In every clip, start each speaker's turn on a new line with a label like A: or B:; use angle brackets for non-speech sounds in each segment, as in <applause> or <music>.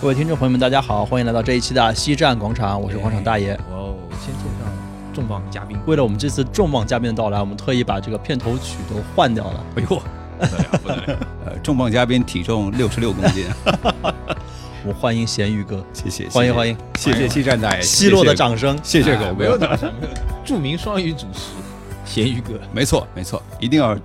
A: 各位听众朋友们，大家好，欢迎来到这一期的西站广场，我是广场大爷。
B: 哇哦，先介绍重磅嘉宾。
A: 为了我们这次重磅嘉宾的到来，我们特意把这个片头曲都换掉了。
B: 哎呦，不得了，不得了！
C: 呃，重磅嘉宾体重六十六公斤， <laughs>
A: 我们欢迎咸鱼哥，
C: 谢谢，
A: 欢迎欢
C: 迎，
A: 迎，
C: 谢谢西站大
D: 哎
C: 爷，
A: 奚落的掌声。
C: 谢谢狗
B: 没有掌声，没有掌声著名双语主持，咸鱼哥，
C: 没错没错，一定要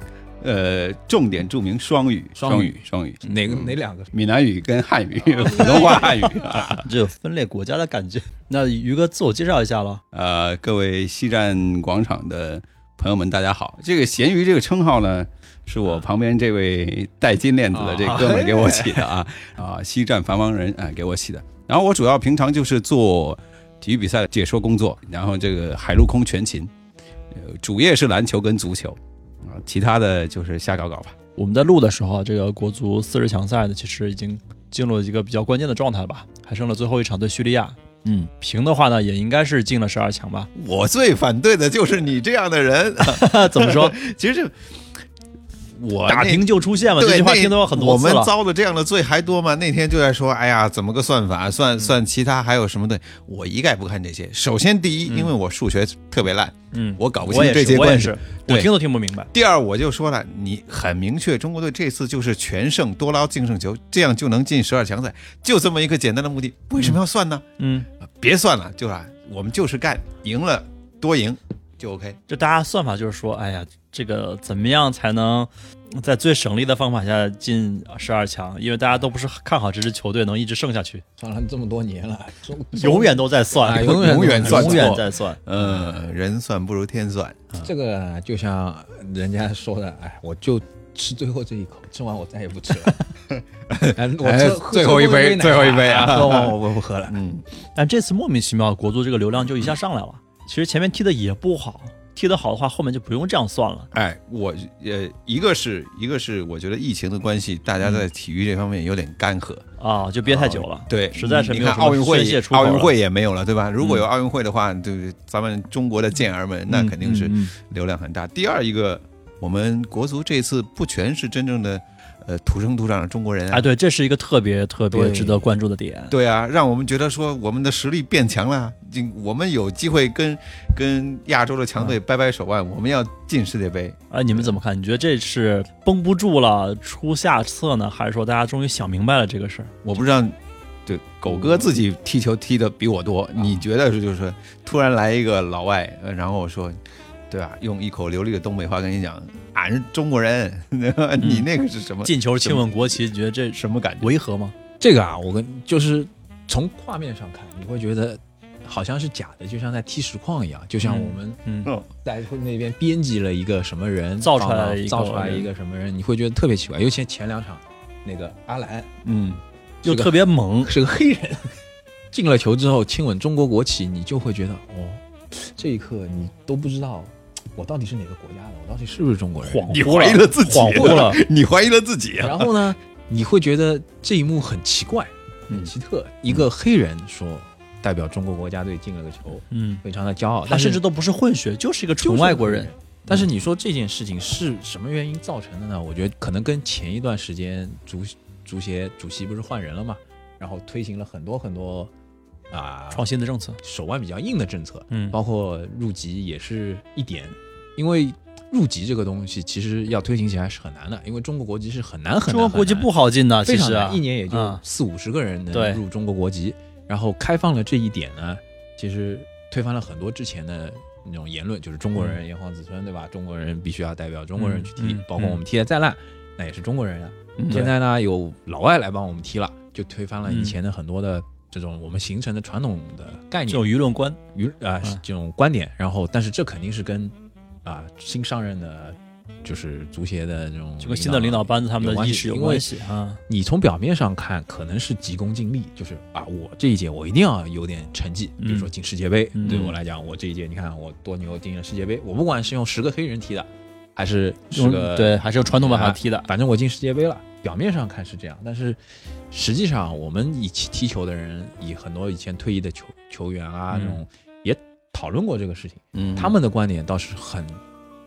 C: 呃重点注明双语，
B: 双
C: 双
B: 语
C: 语双语，
A: 嗯
B: 哪个哪两个？
C: 闽南语跟汉语，
A: 哦
C: 普通话汉语啊。
A: 这有分类国家的感觉。那于哥自我介绍一下了。
C: 呃，各位西站广场的朋友们，大家好。这个咸鱼这个称号呢，是我旁边这位戴金链子的这哥们儿给我起的啊啊，西站繁忙人啊给我起的。然后我主要平常就是做体育比赛解说工作，然后这个海陆空全勤，呃主业是篮球跟足球啊，其他的就是瞎搞搞吧。
A: 我们在录的时候，这个国足四十强赛呢，其实已经进入一个比较关键的状态吧，还剩了最后一场对叙利亚。
B: 嗯，
A: 平的话呢，也应该是进了十二强
D: <laughs>
A: 吧？
C: 我最反对的就是你这样的人， <laughs>
A: 怎么说？
C: 其实我
A: 打平就出线嘛，这
D: 对，
A: 句
D: 那
A: 话听到很多次
D: 我们
A: 了。
D: 遭的这样的罪还多吗？那天就在说，哎呀，怎么个算法？算算其他还有什么对？我一概不看这些。首先，第一，因为我数学特别烂，
A: 嗯，
D: 我搞不
A: 我
D: 清
A: 也
D: 这些
A: 是，我也
D: 关系
A: 是。，我
D: 对
A: 听都听不明白。
D: 第二，我就说了，你很明确，中国队这次就是全胜，多捞净胜球，这样就能进十二强赛，就这么一个简单的目的，为什么要算呢？
A: 嗯，
D: 别算了，就是啊，我们就是干，赢了多赢就 OK。
A: 就大家算法就是说，哎呀，这个怎么样才能在最省力的方法下进十二强？因为大家都不是看好这支球队能一直胜下去，
B: 算了这么多年
C: <laughs>
B: 了，中
A: 永远都在算，
B: 哎永远
D: 永远算
A: 永
D: 错
A: 远在算。
D: 呃，人算不如天算，
B: 这个就像人家说的，哎，我就吃最后这一口，吃完我再也不吃
C: <laughs>
B: 了。哎，我
C: 哎
B: 吃
C: 最后一杯最后一杯啊
B: 喝完我我不喝了。
D: 嗯，
A: 但这次莫名其妙，国足这个流量就一下上来了。其实前面踢的也不好，踢得好的话，后面就不用这样算了。
D: 哎，我呃，一个是一个是我觉得疫情的关系，大家在体育这方面有点干涸，
A: 啊，就憋太久了。
D: 对，
A: 实在是
D: 你
A: 没有
D: 看
A: 什么
D: 奥运会
A: 宣泄出口
D: 奥
A: 了
D: 运会也没有了，对吧？如果有奥运会的话，对咱们中国的健儿们，那
A: 嗯
D: 肯定是
A: 嗯
D: 流量很大。第二一个，我们国足这次不全是真正的呃土生土长的中国人
A: 哎，
D: 啊，
A: 对，这是一个特别特别
B: 对
A: 值得关注的点。
D: 对啊，让我们觉得说我们的实力变强了，就我们有机会跟跟亚洲的强
A: 嗯
D: 队掰掰手腕，我们要进世界杯。
A: 哎，你们怎么看？你觉得这是绷不住了出下策呢，还是说大家终于想明白了这个事儿？
D: 我不知道，对狗哥自己踢球踢的比我多，你觉得是就是说突然来一个老外，呃然后我说，对吧？用一口流利的东北话跟你讲，俺是中国人， <laughs> 你那个是什么
A: 进球亲吻国旗，你觉得这
D: 什么感
B: <laughs>
D: 觉？
A: 违和吗？
B: <laughs> 这个啊，我跟就是从画面上看，你会觉得好像是假的，就像在踢实况一样，就像
A: 嗯
B: 我们
A: 嗯
B: 在那边编辑了一个什么人，
A: 造出来
B: 放到
A: 一个
B: 造出来一个什么人，你会觉得特别奇怪。尤其前两场，那个阿兰 <laughs>
D: 嗯，
A: 又
B: 是
A: 特
B: 个
A: 别
B: <laughs>
A: 猛，
B: 是个黑人，进了球之后亲吻中国国旗，你就会觉得哦，这一刻你都不知道我到底是哪个国家的，我到底是不是中
A: <laughs>
B: 国人。
A: 恍
D: 你
A: 惚了，
D: 怀疑了自己
A: 恍惚
B: <laughs>
A: 了。
D: <laughs> 你怀疑了自己 <laughs> 啊？
B: 然后呢，你会觉得这一幕很奇怪，很奇特，
A: 嗯
B: 一个黑人说代表中国国家队进了个球，
A: 嗯，
B: 非常的骄傲，
A: 他
B: 但
A: 甚
B: 是
A: 至都不是混血，就是嗯一个
B: 就是
A: 纯外国人
B: 黑。。但是你说这件事情是什么原因造成的呢？我觉得可能跟前一段时间足足协主席不是换人了嘛，然后推行了很多很多啊、
A: 创新的政策，
B: 手腕比较硬的政策，
A: 嗯
B: 包括入籍也是一点，因为入籍这个东西其实要推行起来是很难的，因为中国国籍是很难很难
A: 中国国籍
B: 很难
A: 不好进的，
B: 非
A: 其
B: 常
A: 实啊
B: 难，一，年也就
A: 嗯
B: 四五十个人
A: 对
B: 能入中国国籍。然后开放了这一点呢，其实推翻了很多之前的那种言论，就是中国人炎黄子孙，对吧？中国人必须要代表中国人去踢
A: 嗯嗯嗯，
B: 包括我们踢的再烂，那也是中国人啊。
D: 嗯
B: 现在呢，有老外来帮我们踢了，就推翻了
A: 嗯
B: 以前的很多的这种我们形成的传统的概
A: 这
B: 念
A: 种舆论观，
B: 舆啊
A: 嗯
B: 这种观点。然后，但是这肯定是跟啊新上任的。就是足协的这种
A: 这个新的领导班子他们
B: 有
A: 的
B: 关
A: 意
B: 系
A: 识有
B: 因
A: 关
B: 为
A: 系啊。
B: 你从表面上看可能是急功近利，就是啊，我这一届我一定要有点成绩，
A: 嗯
B: 比如说进世界杯。
A: 嗯
B: 对我来讲，我这一届你看我多牛，进了世界杯。我不管是用十个黑人踢的，还是十
A: 用嗯
B: 个，啊
A: 对，还是用传统办法踢的，
B: 反正我进世界杯了。表面上看是这样，但是实际上我们以踢踢球的人，以很多以前退役的球球员啊，
A: 嗯
B: 这种也讨论过这个事情。
D: 嗯
B: 他们的观点倒是很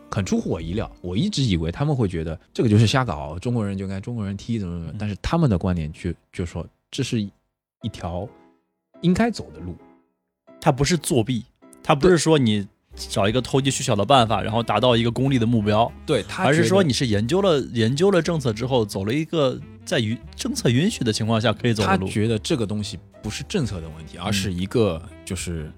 B: 很出乎我意料。我一直以为他们会觉得这个
A: 嗯
B: 就是瞎搞，中国人就该中国人踢怎么怎么样，但是他们的观点却就说这是一条应该走的路。
A: 它不是作弊，它不是说你找一个投机取巧的办法，然后达到一个功利的目标，
B: 对他，
A: 而是说你是研究了研究了政策之后，走了一个在允政策允许的情况下可以走
B: 他
A: 的路。嗯
B: 觉得这个东西不是政策的问题，而是一个就是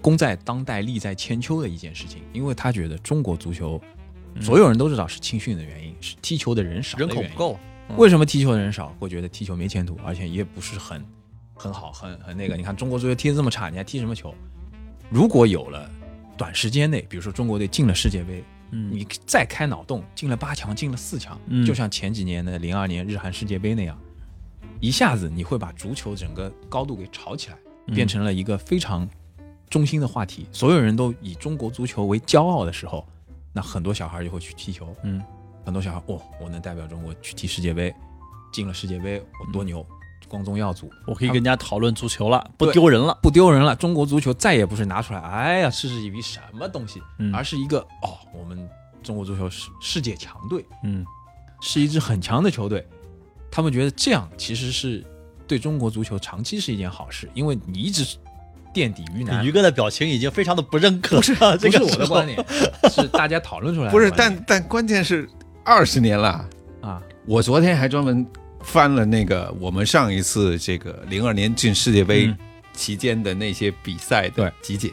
B: 功在当代，利在千秋的一件事情。因为他觉得中国足球，
A: 嗯
B: 所有人都知道是青训的原因，是踢球的人少的
A: 人口
B: 原因
A: 不够。嗯
B: 为什么踢球的人少？会觉得踢球没前途，而且也不是很很好，很很那个。你看中国足球踢得这么差，你还踢什么球？如果有了短时间内，比如说中国队进了世界杯，
A: 嗯
B: 你再开脑洞，进了八强，进了四强，
A: 嗯
B: 就像前几年的零二年日韩世界杯那样，一下子你会把足球整个高度给炒起来，
A: 嗯
B: 变成了一个非常中心的话题，所有人都以中国足球为骄傲的时候，那很多小孩就会去踢球，
A: 嗯，
B: 很多小孩哦，我能代表中国去踢世界杯，进了世界杯，我
A: 嗯
B: 多牛，光宗耀祖，
A: 我可以跟人家讨论足球了，不
B: 对
A: 丢人了。
B: 不丢人了。中国足球再也不是拿出来，哎呀，嗤之以鼻什么东西，
A: 嗯
B: 而是一个哦，我们中国足球是世界强队，
A: 嗯
B: 是一支很强的球队。他们觉得这样其实是对中国足球长期是一件好事，因为你一直垫底于南
A: 于，哥的表情已经非常的不认可嗯了，不是这
B: 不
A: 个
B: 是我的
A: 时候
B: 观点， <laughs> 是大家讨论出来的
D: 不是，
B: 观点
D: 但但关键是二十年了，
B: 啊，
D: 我昨天还专门翻了那个我们上一次这个零二年进世界杯
A: 嗯
D: 期间的那些比赛的
B: 对
D: 集锦，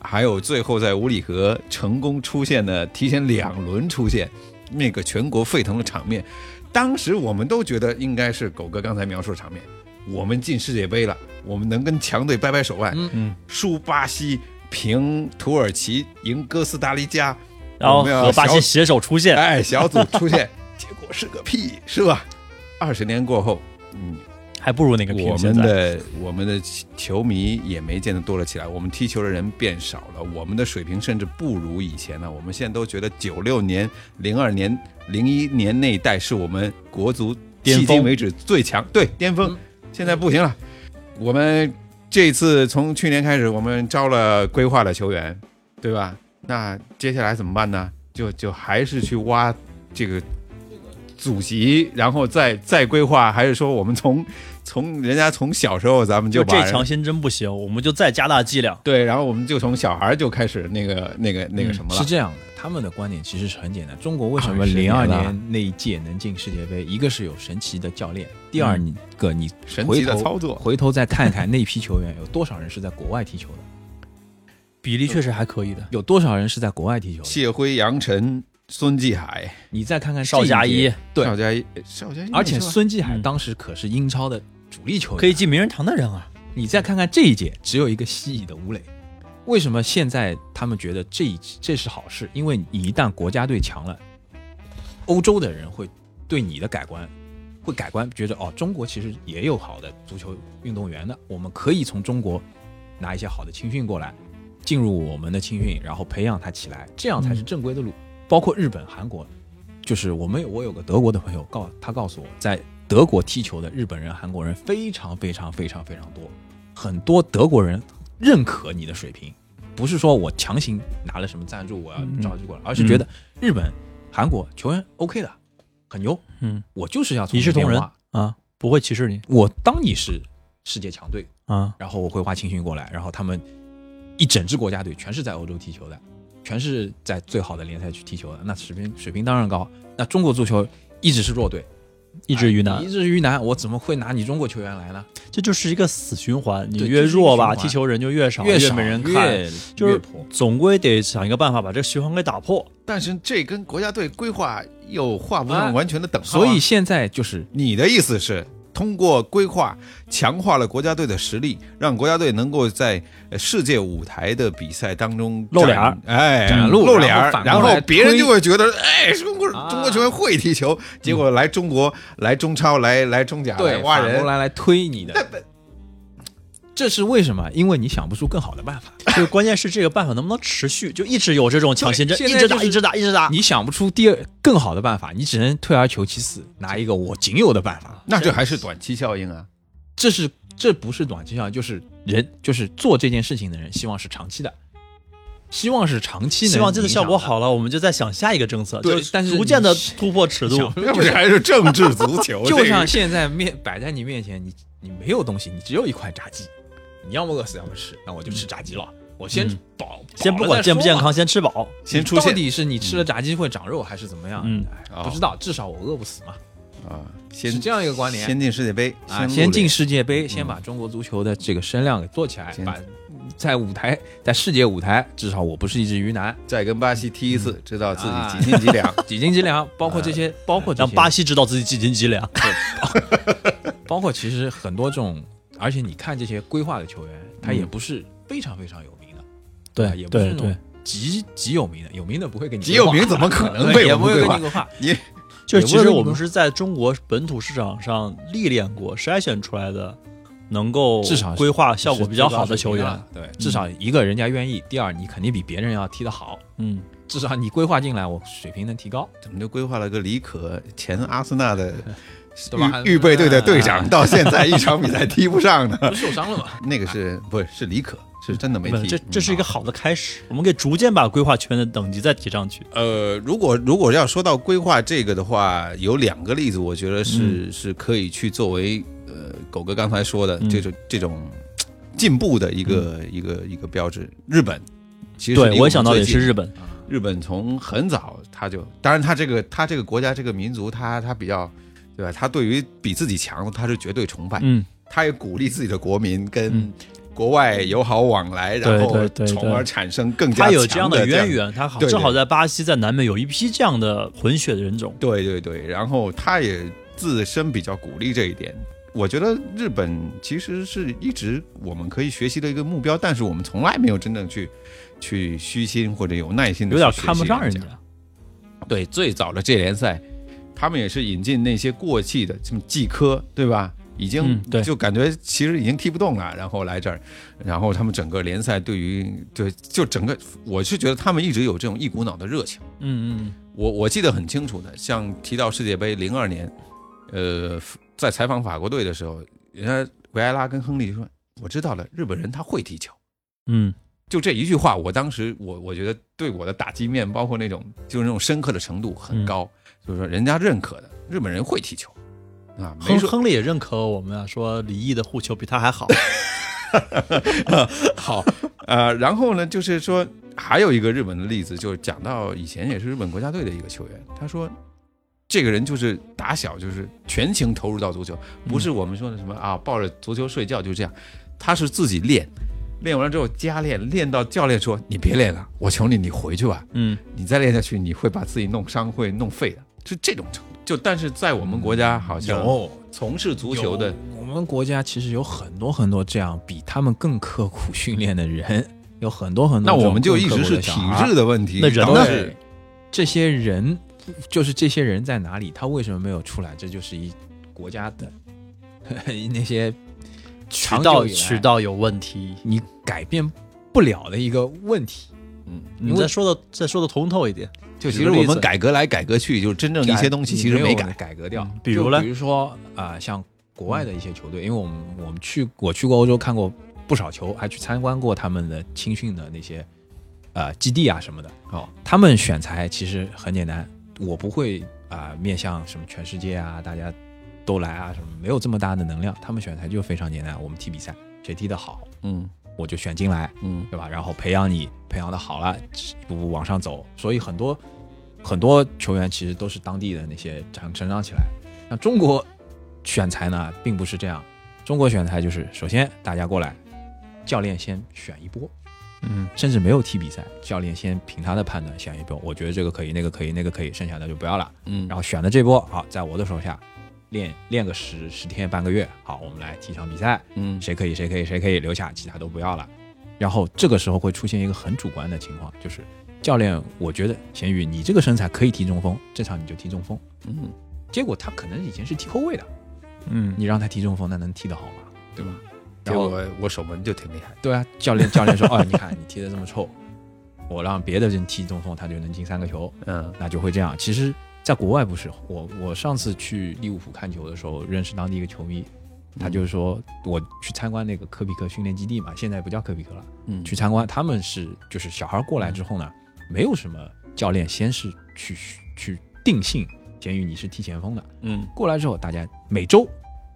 D: 还有最后在五里河成功出现的提前两轮出现那个全国沸腾的场面，当时我们都觉得应该是狗哥刚才描述的场面。我们进世界杯了，我们能跟强队掰掰手腕，
B: 嗯
A: 嗯，
D: 输巴西，平土耳其，赢哥斯达黎加，
A: 然后
D: 我们要
A: 和巴西
D: 小
A: 携手出现，
D: 哎，小
A: <laughs>
D: 组出现，结果是个屁，是吧？二十年过后，嗯，
A: 还不如那个平
D: 我
A: 现
D: 们
A: 在。
D: 的我们的球迷也没见得多了起来，我们踢球的人变少了，我们的水平甚至不如以前了。我们现在都觉得九六年、零二年、零一年那一代是我们国足
A: 巅
D: 迄
A: 峰
D: 今为止最强，对巅峰
B: 嗯。
D: 现在不行了，我们这次从去年开始，我们招了规划的球员，对吧？那接下来怎么办呢？就就还是去挖这个祖籍，然后再再规划，还是说我们从 <laughs> 从人家从小时候咱们就
A: 就
D: 把
A: 这
D: 人
A: 强心针不行，我们就再加大剂量。
D: 对，然后我们就从小孩就开始那个那个那个什么了
B: 是，这样的，他们的观点其实是很简单。中国为什么
D: 20
B: 零
D: 年
B: 二
D: 了
B: 年那一届能进世界杯？一个是有神奇的教练，第二
A: 嗯
B: 个你
D: 神
B: 回
D: 奇
B: 头
D: 的操作。
B: 回头再看看那批球员有多少人是在国外踢球的，
A: 比例确实还可以的。
B: 有多少人是在国外踢球的。
D: 谢辉、杨晨、孙继海、
B: 你再看看这
A: 邵佳
B: 届
A: 嗯一，
B: 对
D: 邵佳一、邵佳一，
B: 而且
D: 是吧
B: 孙继海
A: 嗯
B: 当时可是英超的主力球员，
A: 可以进名人堂的人啊，
B: 你再看看这一届，只有一个西乙的吴磊。为什么现在他们觉得这一这是好事？因为你一旦国家队强了，欧洲的人会对你的改观，会改观，觉得哦，中国其实也有好的足球运动员的，我们可以从中国拿一些好的青训过来，进入我们的青训，然后培养他起来，这样才是正规的路。包括日本、韩国，就是我们有我有个德国的朋友告他告诉我，在德国踢球的日本人、韩国人非常非常非常非常多，很多德国人认可你的水平，不是说我强行拿了什么赞助我要
A: 嗯
B: 招就过来，而是觉得日本、韩国球员 OK 的，很牛，
A: 嗯
B: 我就是要从
A: 一视
B: 这边
A: 同仁
B: 挖
A: 啊，不会歧视你
B: 我当你是世界强队，
A: 啊。
B: 然后我会挖青训过来，然后他们一整支国家队全是在欧洲踢球的，全是在最好的联赛去踢球的，那水平水平当然高。那中国足球一直是弱队，哎
A: 一直于难
B: 一，直于难，我怎么会拿你中国球员来呢？
A: 这就是一个死循环。你
B: 对
A: 越
B: 这是一个
A: 弱吧，
B: 循环
A: 踢球人就越少，
B: 少
A: 没人看，
B: 越
A: 就是啊
B: 越破
A: 总归得想一个办法把这个循环给打
B: <laughs>
A: 破。
D: 但是这跟国家队规划又画不
B: 啊
D: 上完全的等号啊、
B: 所以现在就是
D: 你的意思是通过规划强化了国家队的实力，让国家队能够在呃世界舞台的比赛当中
A: 露
D: 站
A: 脸儿
D: 哎，
B: 展露
D: 露脸儿
B: 然后反，过
D: 然
B: 来
D: 后别人
B: 推
D: 就会觉得， <laughs> 哎，中国
B: 啊
D: 中国球员会
B: <laughs>
D: 踢球，结果来中国、来中超、来来中甲啊来
B: 对
D: 挖
B: 反
D: 人
B: 过，来来推你的，这是为什么？因为你想不出更好的办法，
A: 就是关键是这个办法能不能持续，就一直有这种强心针，
B: 对
A: 一
B: 现在
A: 直打，
B: 就是
A: 一直打，一直
D: 啊
A: 打。
B: 你想不出第二更好的办法，你只能退而求其次，拿一个我仅有的办法。
D: 那这还是短期效应啊。
B: 这是这不是短期效应，就是人就是做这件事情的人希望是长期的，希望是长期能
A: 希望这次
B: 影响
A: 效果
B: 的
A: 好了，我们就再想下一个政策，
B: 对
A: 就
B: 但是
A: 逐
B: 你
A: 渐的突破尺度
D: <laughs>
B: 想。 <laughs>
D: 要不然还是政治足球，
B: 就
D: 这个
B: 像现在面摆在你面前，你你没有东西，你只有一块炸鸡，你要么饿死，要么吃，那我就吃炸鸡了。我先
A: 嗯
B: 饱，
A: 先
B: 饱
A: 不
B: 了
A: 管
B: 再
A: 健不
B: 说
A: 健
B: 嘛
A: 康，先吃饱。
D: 先出
B: 到
D: 现嗯
B: 底是你吃了炸鸡会长肉还是怎么样？
A: 嗯
B: 哎不知道，至少我饿不死嘛。
D: 啊，
B: 是
D: 先
B: 这样一个观念
D: 先进世界杯
B: 啊，
D: 入
B: 先进
D: 联
B: 世界杯，先把中国足球的这个声量给做起来，
D: 先
B: 把在舞台，在世界舞台，至少我不是一只鱼腩，
D: 再跟巴西踢一
B: 嗯
D: 次，知道自己几斤几两。
B: 几斤几
D: <laughs>
B: 两，包括这
D: 呃
B: 些，包括这
A: 让
B: 些
A: 巴西知道自己几斤几两。
B: 包括其实很多这种，而且你看这些规划的球员，他也不
D: 嗯
B: 是非常非常有名
A: <laughs>
B: 的，啊也不是那种，极极有名的，有名的不会给你
D: 极
B: 规划
D: 有名怎么可能被
B: 也
D: 我
B: 不
D: 们
B: 会给
D: 规
B: 你规
D: 划？
B: 划。
A: 就
B: 也
A: 是其
B: 不是
A: 实
B: 那
A: 我
B: 么
A: 们是在中国本土市场上历练过、筛选出来的，能够
B: 至少是
A: 规划效果比较好的球
B: 是最
A: 员
B: 高。水平的，对，至少一个人家愿意，第二你肯定比别人要踢得好，
A: 嗯，
B: 至少你规划进来，我水平能提高。
D: 怎么就规划了个李可，前阿森
A: <laughs>
D: 纳的
B: 对吧
D: 预预备队的队
A: 嗯
D: 长，到现在一场比赛踢不上
A: <laughs>
D: 呢？
B: 不是受伤了 <laughs> 吗？
D: 那个是不是是李可？是真的没
A: 不
D: 踢。
A: 这这是一个
D: 嗯。
A: 好的开始，我们可以逐渐把规划圈的等级再提上去。
D: 呃，如果如果要说到规划这个的话，有两个例子，我觉得是、是可以去作为呃狗哥刚才说的
A: 嗯
D: 这种、这种嘖进步的一个、一个一个标志。日本，其实
A: 对，
D: 我
A: 我想到也是日本，
D: 日本从很早他就，当然他这个他这个国家这个民族他他比较，对吧？他对于比自己强的他是绝对崇拜，
A: 嗯，
D: 他也鼓励自己的国民跟
A: 嗯
D: 国外友好往来，
A: 对
D: 然后
A: 对对
D: 从
A: 对
D: 而产生更加
A: 他有这
D: 强
A: 样
D: 的
A: 的
D: 这
A: 渊。源，他好
D: 对对
A: 正好在巴西、在南美有一批这样的混血的人种。
D: 对对对，然后他也自身比较鼓励这一点。我觉得日本其实是一直我们可以学习的一个目标，但是我们从来没有真正去去虚心或者有耐心的，
A: 有点看不上人家。
D: 对，最早的这联赛，他们也是引进那些过气的，什么季科，对吧？已经、
A: 嗯对
D: 就感觉其实已经踢不动了，然后来这儿，然后他们整个联赛对于对就整个，我是觉得他们一直有这种一股脑的热情。
A: 嗯嗯
D: 我我记得很清楚的，像提到世界杯零二年，呃，在采访法国队的时候，人家维埃拉跟亨利说：“我知道了，日本人他会踢球。”
A: 嗯，
D: 就这一句话，我当时我我觉得对我的打击面，包括那种就是那种深刻的程度很高，就是说人家认可的日本人会踢球啊，没
A: 亨
D: 说
A: 亨利也认可我们啊，说李毅的护球比他还好。
D: 好，呃，然后呢，就是说还有一个日本的例子，就是讲到以前也是日本国家队的一个球员，他说这个人就是打小就是全情投入到足球，不是我们说的什么啊抱着足球睡觉就这样，他是自己练，练完了之后加练，练到教练说你别练了，我求你你回去吧，
A: 嗯，
D: 你再练下去，你会把自己弄伤，会弄废的，是这种程度。就但是在我们国家，好像从事足球的，
B: 有，我们国家其实有很多很多这样比他们更刻苦训练的人， <laughs> 有很多很多
D: 那
B: 这种
D: 我们就一
B: 更
D: 直
B: 刻苦
D: 是
B: 的
D: 体
B: 小孩儿
D: 制的问题。
A: 那人
D: 导
A: 呢
D: 致
B: 对这些人，就是这些人在哪里？他为什么没有出来？这就是一国家的 <laughs> 那些
A: 渠
B: 长久
A: 道
B: 以来
A: 渠道有问题。
B: 你改变不了的一个问题。
D: 嗯，
A: 你再说的再说的通透一点，
D: 就其
B: 举
D: 实
B: 个例
D: 我
B: 子
D: 们改革来改革去，就真正一些东西其实
B: 嗯没
D: 没
B: 有
D: 改。
B: 改革掉
A: 嗯。比如呢
B: 就比如说啊、呃像国外的一些球队，因为我们我们去我去过欧洲看过不少球，还去参观过他们的青训的那些呃基地啊什么的。
D: 哦，
B: 他们选材其实很简单，我不会啊、呃面向什么全世界啊，大家都来啊什么，没有这么大的能量。他们选材就非常简单，我们踢比赛，谁踢得好
D: 嗯
B: 我就选进来。
D: 嗯，
B: 对吧？然后培养你，培养的好了，一步步往上走。所以很多很多球员其实都是当地的那些成成长起来。那中国选材呢，并不是这样。中国选材就是，首先大家过来，教练先选一波，
A: 嗯，
B: 甚至没有踢比赛，教练先凭他的判断选一波。我觉得这个可以，那个可以，那个可以，剩下的就不要了。
D: 嗯
B: 然后选的这波好，在我的手下练练个十十天半个月，好，我们来踢一场比赛。
D: 嗯
B: 谁可以谁可以谁可以留下，其他都不要了。然后这个时候会出现一个很主观的情况，就是教练，我觉得咸鱼你这个身材可以踢中锋，这场你就踢中锋。
D: 嗯，
B: 结果他可能以前是踢后卫的，
A: 嗯，
B: 你让他踢中锋，那能踢得好吗？
D: 对吧？结
B: 然后
D: 果我守门就挺厉害的。
B: 对啊，教练教练说，哦，你看你踢得这么臭，我让别的人踢中锋，他就能进三个球，
D: 嗯
B: 那就会这样。其实，在国外不是我，我上次去利物浦看球的时候，认识当地一个球迷，他就是说我去参观那个科比克训练基地嘛，现在不叫科比克了。
D: 嗯，
B: 去参观，他们是就是小孩过来之后呢，没有什么教练先是去去定性，咸鱼你是踢前锋的，
A: 嗯，
B: 过来之后大家每周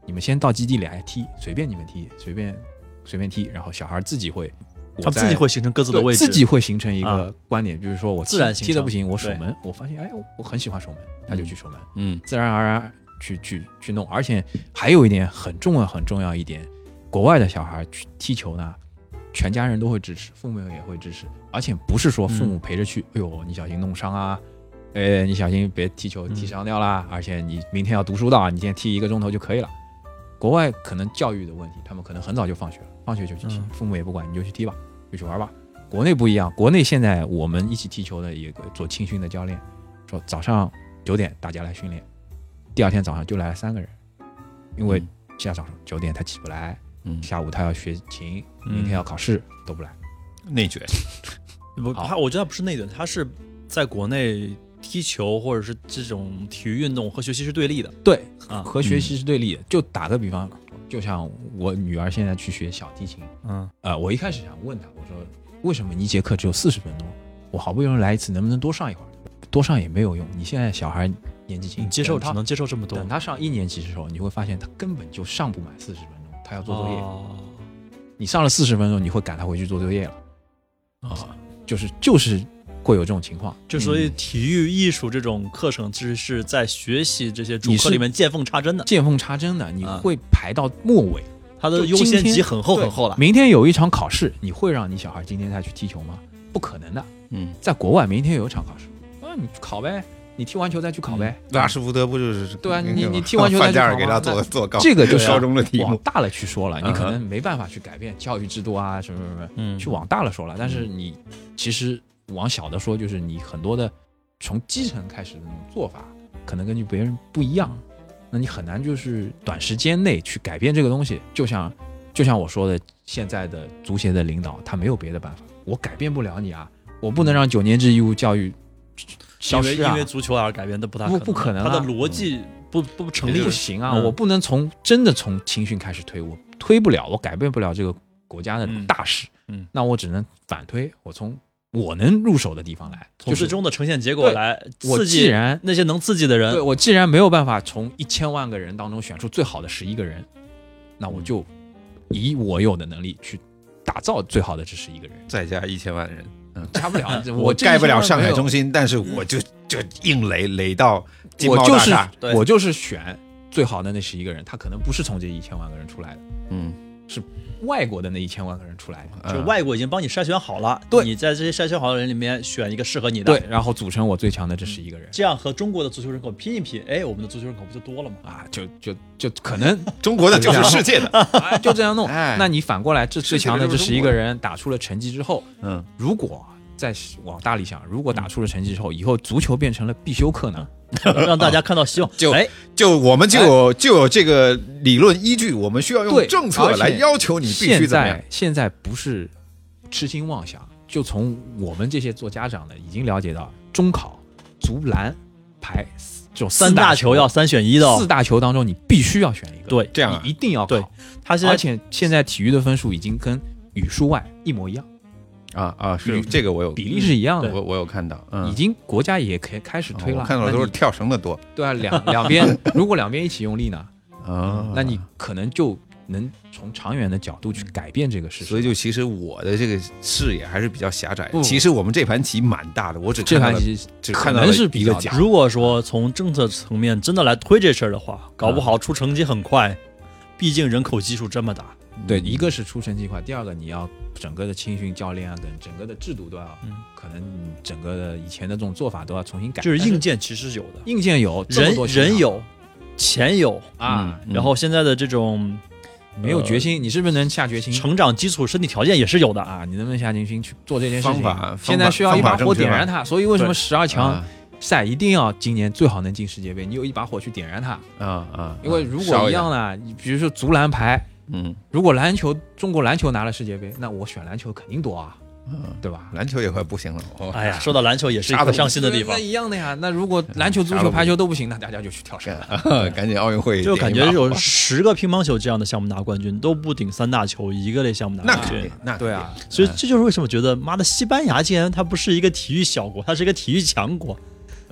B: 你们先到基地里来踢，随便你们踢，随便随便踢，然后小孩自己会，我
A: 他们自
B: 在
A: 己会形成各自的
B: 对
A: 位置，
B: 自己会形成一
A: 啊
B: 个观点，比如说我
A: 自然
B: 踢
A: 形
B: 踢的
A: 成
B: 不行，我守
A: 对
B: 门，我发现哎，我我很喜欢守门，他就去守门，
C: 嗯
B: 自然而然去去去弄。而且还有一点很重要很重要一点，国外的小孩去踢球呢，全家人都会支持，父母也会支持，而且不是说父
A: 嗯
B: 母陪着去，哎呦你小心弄伤啊。呃，你小心别踢球踢伤掉啦！
A: 嗯
B: 而且你明天要读书的啊，你今天踢一个钟头就可以了。国外可能教育的问题，他们可能很早就放学了，放学就去踢，
A: 嗯
B: 父母也不管，你就去踢吧，就去玩吧。国内不一样，国内现在我们一起踢球的有个做青训的教练，说早上九点大家来训练，第二天早上就来了三个人，
A: 嗯
B: 因为家长说九点他起不来，
C: 嗯，
B: 下午他要学琴，
A: 嗯
B: 明天要考试都不来。
C: 内卷，
A: 不，
B: 好
A: 他我觉得他不是内卷，他是在国内踢球或者是这种体育运动和学习是对立的
B: 对，
A: 啊。
B: 和学习是对立的。就打个比方，就像我女儿现在去学小提琴，
A: 嗯
B: 呃，我一开始想问他，我说为什么你一节课只有四十分钟？我好不容易来一次，能不能多上一会儿？多上也没有用。你现在小孩年纪轻，
A: 你接受
B: 等
A: 只
B: 他
A: 能接受这么多
B: 等，他上一年级的时候，你会发现他根本就上不满四十分钟，他要做作业。
A: 哦
B: 你上了四十分钟，你会赶他回去做作业了。
A: 哦
B: 啊，就是就是会有这种情况。
A: 就所
B: 嗯
A: 以体育艺术这种课程其实是在学习这些主
B: 你
A: 课
B: 是
A: 里面见缝插针的，
B: 见缝插针的，你
A: 啊
B: 会排到末尾。
A: 它的
B: 就
A: 优
B: 今
A: 先级
B: 天
A: 很厚
B: 对
A: 很厚了。
B: 明天有一场考试，你会让你小孩今天再去踢球吗？不可能的。
C: 嗯，
B: 在国外，明天有一场考试，啊，你去考呗，你踢完球再去考呗。
D: 拉什福德不嗯就是
B: 对啊你你踢完球
D: <laughs>
B: 再
D: 范
B: 去
D: 加尔
B: 考
D: 给
B: 嘛
D: 他
B: 那
D: 做啊做高
B: 这个就是
D: 高中的题
B: 往
D: 目，
B: 大了去说了，你
D: 嗯
B: 可
D: 哼
B: 能没办法去改变教育制度啊，什么什么什么，
A: 嗯
B: 去往大了说了。但是你其实往小的说，就是你很多的从基层开始的那种做法，可能根据别人不一样，那你很难就是短时间内去改变这个东西。就像就像我说的，现在的足协的领导他没有别的办法，我改变不了你啊，我不能让九年制义务教育消
A: 因为
B: 失
A: 因
B: 啊
A: 为。足球而改变的不大
B: 不
A: 可
B: 不可能
A: 它的
B: 啊
A: 逻辑不不不成
B: 肯
A: 立
B: 定
A: 的
B: 不。行啊！
A: 嗯
B: 我不能从真的从青训开始推，我推不了，我改变不了这个国家的
A: 嗯
B: 大势，
A: 嗯
B: 那我只能反推，我从我能入手的地方来，
A: 从
B: 就
A: 最
B: 是
A: 终的呈现结果
B: 对
A: 来
B: 我
A: 刺
B: 既
A: 激
B: 然
A: 那些能刺激的人
B: 对，我既然没有办法从一千万个人当中选出最好的十一个人，那
D: 嗯
B: 我就以我有的能力去打造最好的这十一个
D: <laughs>
B: 人，
D: 再加一千万人，
B: 加不了，这
D: 我
B: 这
D: 盖不了
B: 一千
D: 上
B: 万没
D: 海
B: 有
D: 中心，但是我就就硬垒垒到金
B: 我
D: 茂
B: 就
D: 大
B: 是
D: 厦。
A: 对
B: 我就是选最好的那十一个人，他可能不是从这一千万个人出来的，
C: 嗯，
B: 是外国的那一千万个人出来的。
A: 就
D: 嗯
A: 外国已经帮你筛选好了，
B: 对
A: 你在这些筛选好的人里面选一个适合你的，
B: 对，，然后组成我最强的这十一个人
A: 这样和中国的足球人口拼一拼，哎，我们的足球人口不就
B: <laughs>
A: 多了吗？
B: 啊，就就就可
D: <laughs>
B: 能
D: 中国的就是世界的，
B: 啊就这样弄。
D: 哎
B: 那你反过来，这最强的这
D: 世界
B: 十
D: 杯
B: 一
D: 中国
B: 个人打出了成绩之后，
D: 嗯，
B: 如果再往大里想，如果打出了成绩之后，以后足球变成了必修课呢？
A: 让大家看到希望。
D: 就
A: 哎，
D: 就我们就有就有这个理论依据，我们需要用
B: 对
D: 政策
B: 而且
D: 来要求哦你必须
B: 现
D: 怎么样
B: 在。现在不是痴心妄想，就从我们这些做家长的已经了解到，中考、足篮、排这种四
A: 三大
B: 球
A: 球要三选一的哦，
B: 四大球当中，你必须要选一个，
A: 对
D: 这样啊
B: 你一定要
A: 对
B: 考。
A: 他现
B: 而
A: 在
B: 且现在体育的分数已经跟语数外一模一样，
D: 啊啊，是
B: 比
D: 这个我有
B: 嗯比例是一样
D: 我
B: 的。
D: 我有看到，
B: 已
D: 嗯，哦
B: 经国家也可以开始推
D: 我
B: 了，
D: 看到的
B: 那
D: 都是
B: 你
D: 跳绳的多
B: 对啊，两两
D: <laughs>
B: 边如果两边一起用力呢，
D: 啊
B: 嗯那你可能就能从长远的角度去改变这个事实。
D: 所以就其实我的这个视野还是比较狭窄
B: 不。
D: 其实我们这盘棋蛮大的，我只
B: 这
D: 看
B: 盘
D: 到了
B: 棋
D: 只
B: 可
D: 看到
B: 能
D: 了
B: 是
D: 一
B: 比
D: 个
B: 较
D: 甲
B: 假，
A: 如果说从政策层面真的来推这事儿的话，搞不
B: 嗯
A: 好出成绩很快，毕竟人口基数这么大。
B: 对，
D: 嗯
B: 一个是出成绩快，第二个你要整个的青训教练啊，跟整个的制度都要，可能你整个的以前的这种做法都要重新改。
A: 嗯就是
B: 但
A: 硬件其实是有的，
B: 硬件有这么
A: 人
B: 多市
A: 人
B: 场
A: 有，钱有，
D: 嗯
B: 啊，
A: 然后现在的这种
B: 没
D: 呃
B: 有决心，你是不是能下决心
A: 成长基础、身体条件也是有的啊。
B: 啊？你能不能下决心去做这件事情？
D: 方法
B: 现在需要一把火点燃它，所以为什么
A: 对
B: 十二强
D: 啊
B: 赛一定要今年最好能进世界杯？你有一把火去点燃它，
D: 啊啊，
B: 因为如
D: 烧
B: 果一
D: 下
B: 样呢，你比如说足篮排，
D: 嗯，
B: 如果篮球中国篮球拿了世界杯，那我选篮球肯定多啊，
D: 嗯
B: 对吧？
D: 篮球也快不行了，我
A: 哎呀，说到篮球也是一
D: 啥
A: 个
D: 都
A: 伤心的地
B: 那
A: 方
B: 那，一样的呀。那如果篮球、足
D: 啥都
B: 球、
D: 哎不
B: 排球都不行，那大家就去跳绳了。
D: <laughs> 赶紧奥运会
A: 就感觉
D: 点一把
A: 有十个乒乓球这样的项目拿冠军都不顶三大球一个类项目拿
D: 那
A: 冠
D: 肯
A: 军
D: 定。，那
B: 对啊，
A: 所以这就是为什么觉得妈的西班牙竟然它不是一个体育小国，它是一个体育强国。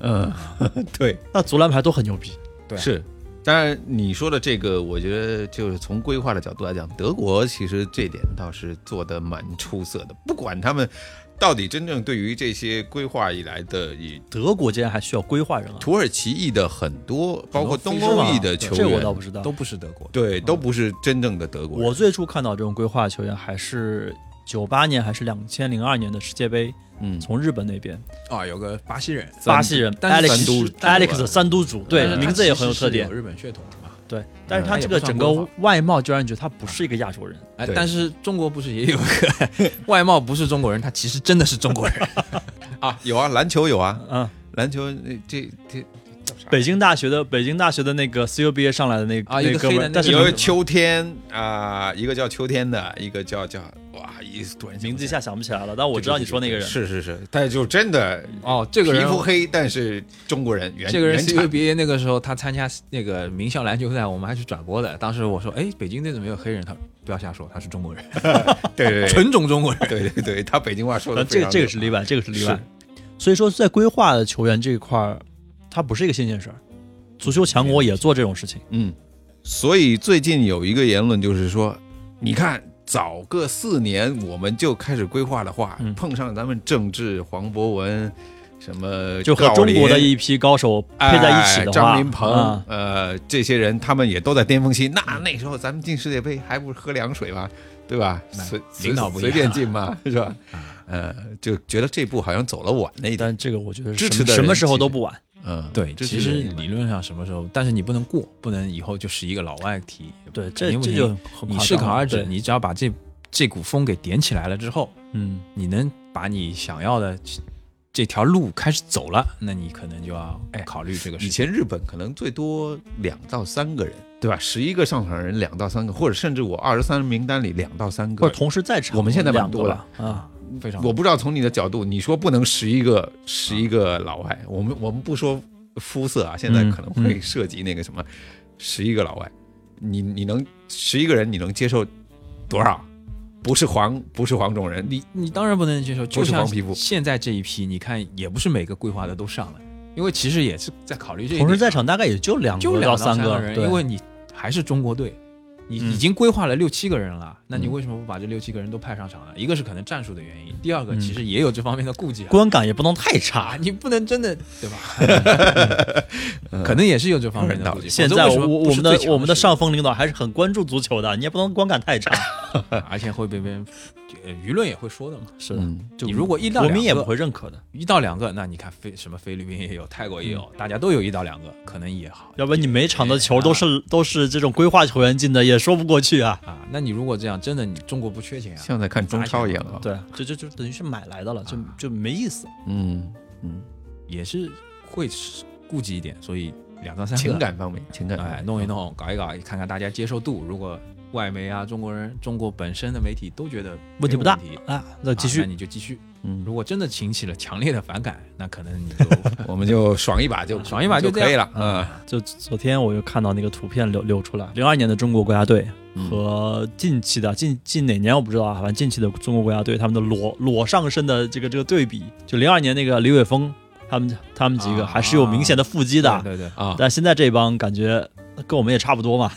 D: 肯定，嗯，对， <laughs>
A: 那足篮排都很牛逼，
B: 对
D: 是。当然，你说的这个，我觉得就是从规划的角度来讲，德国其实这点倒是做的蛮出色的。不管他们到底真正对于这些规划以来的，以
A: 德国竟然还需要规划人啊？
D: 土耳其裔的很多，包括东
A: 是
D: 欧
A: 吗
D: 裔的球
A: 啊这我倒
D: 员，
A: 不知道
B: 都。不是德国的。
D: 对，都不是真正的德国人。
A: 我最初看到这种规划球员还是九八年还是两千零二年的世界杯，
D: 嗯，
A: 从日本那边，
B: 啊，有个巴西人，
A: 巴西人
B: 但是
A: Alex
B: 三都
A: Alex 三都主，对
B: 但是他
A: 名字也很有
B: 其实是
A: 特点
B: 有，日本血统的嘛。
A: 对。但是他
B: 嗯
A: 这个
B: 他也不算
A: 整
B: 规
A: 个
B: 划
A: 外貌就让人觉得他不是一个亚洲人，
B: 哎，
D: 对
B: 但是中国不是也有个 <laughs> 外貌不是中国人，他其实真的是中国人。
D: 啊，有啊，篮球有啊，
A: 嗯。
D: 篮球呃这这
A: 北京大学的北京大学的那个 CUBA 上来的那个
B: 啊一个
A: 那哥们
B: 黑
A: 儿，
B: 的
A: 但是
B: 那
D: 有
B: 个
D: 一个秋天啊、一个叫秋天的，一个叫叫哇，一突然想不起来
A: 名字一下想不起来了，但我知道你说那个人，
D: 是是是，但就真的
B: 哦，这个人
D: 皮肤黑，但是中国人原
B: 这个人
D: 原产
B: CUBA 那个时候他参加那个名校篮球赛，我们还去转播的。当时我说，哎，北京队怎么有黑人？他说不要瞎说，他是中国人，
A: <laughs>
D: 对对对
B: 纯种中国人。
D: 对对对，他北京话说的
A: 但啊这个这个是例外，这个是例外。所以说，在规划的球员这一块儿，它不是一个新鲜事儿。足球强国也做这种事情，
D: 嗯，所以最近有一个言论就是说，你看早个四年我们就开始规划的话，
A: 嗯
D: 碰上咱们政治黄博文。什么
A: 就和
D: 郜
A: 中国的
D: 林
A: 一批高手配在一起的话，
D: 哎张琳芃、
A: 啊
D: 呃，这些人他们也都在巅峰期。那那时候咱们进世界杯还不是喝凉水吗？对吧？
B: 那
D: 随
B: 领导不一样
D: 随随
A: 啊
D: 便进嘛，是吧？呃，就觉得这步好像走了晚了一点。
A: 但这个我觉得
D: 支
A: 什
D: 持
A: 么
D: 的人
A: 什么时候都不晚。
D: 嗯，
B: 对，
D: 这
B: 其
D: 是
B: 实理论上什么时候，但是你不能过，不能以后就是一个老外踢。
A: 对，
B: 肯
A: 这
B: 定不
A: 这
B: 行
A: 就很
B: 你
A: 夸
B: 适
A: 张
B: 可
A: 了
B: 而止，
A: 对
B: 你只要把这这股风给点起来了之后，
A: 嗯，
B: 你能把你想要的这条路开始走了，那你可能就要
D: 哎
B: 考虑这个事
D: 以
B: 情。
D: 前日本可能最多两到三个人，对吧？十一个上场人两到三个，或者甚至我二十三名单里两到三
A: 或
D: 个
A: 者。同时在场，
D: 我们现在蛮
A: 两
D: 多
A: 个
D: 了
A: 吧啊，
B: 非常
D: 我不知道从你的角度，你说不能十一个十一个老外，我们我们不说肤色啊，现在
A: 嗯
D: 可能会涉及那个什么，十一个老外，你你能十一个人你能接受多少？不是黄不是黄种人，你
B: 你你当然不能接受，
D: 不
B: 就是像
D: 黄皮肤
B: 现在这一批，你看也不是每个规划的都上了，因为其实也是在考虑这一点
A: 同时在场大概也就两
B: 就
A: 个
B: 两
A: 到
B: 三
A: 个
B: 人，
A: 对
B: 因为你还是中国队，你
A: 嗯
B: 已经规划了六七个人了，那你
D: 嗯
B: 为什么不把这六七个人都派上场呢？一个是可能战术的原因，第二个
A: 嗯
B: 其实也有这方面的顾忌啊。
A: 观感也不能太
B: 啊，
A: 差。
B: 你不能真的对吧？
A: <laughs>
B: 嗯可能也是有这方面的
D: 嗯
B: 顾忌。
A: 现
B: 否则
A: 在
B: 为什
A: 我
B: 么
A: 我
B: 不
A: 我
B: 是
A: 们的
B: 最强
A: 我们的
B: 势
A: 上峰领导还是很关注足球的，你也不能观感太差。
B: 力，而且会被别人呃舆论也会说的嘛。
A: 是的，
D: 嗯，
A: 就
B: 你如果一到
A: 国民也
B: 两
A: 不
B: 个，
A: 会认可的，
B: 一到两个，那你看菲什么菲律宾也有，泰国也有，
D: 嗯
B: 大家都有一到两个，可能也好。
A: 要不然你每场的球
B: 啊
A: 都是都是这种规划球员进的，也说不过去啊。
B: 啊，那你如果这样，真的你中国不缺钱啊。
D: 像在看中超一样啊。
A: 对，这就就等于是买来的了，就就没意思。
D: 嗯嗯，
B: 也是会顾忌一点，所以两到三个
D: 情感方面，情感方面
B: 哎弄一弄，搞一搞，看看大家接受度。如果外媒啊，中国人、中国本身的媒体都觉得没
A: 问题
B: 有
A: 不大
B: 问题
A: 啊，
D: 呃
A: 那继
B: 啊
A: 续
B: 那你就继续。
D: 嗯
B: 如果真的引起了强烈的反感，那可能
D: <laughs>
B: 你就
D: 我们就爽一把就
B: 啊爽一把
D: 就
B: 就这样
D: 可以了。嗯
A: 啊，就昨天我又看到那个图片流流出来，零二年的中国国家队和近期的近近哪年我不知道啊，反正近期的中国国家队他们的裸裸上身的这个这个对比，就零二年那个李玮峰他们他们几个
B: 啊
A: 还是有明显的腹肌的，
B: 对对
D: 啊，
A: 但现在这帮感觉跟我们也差不多 <laughs> 嘛，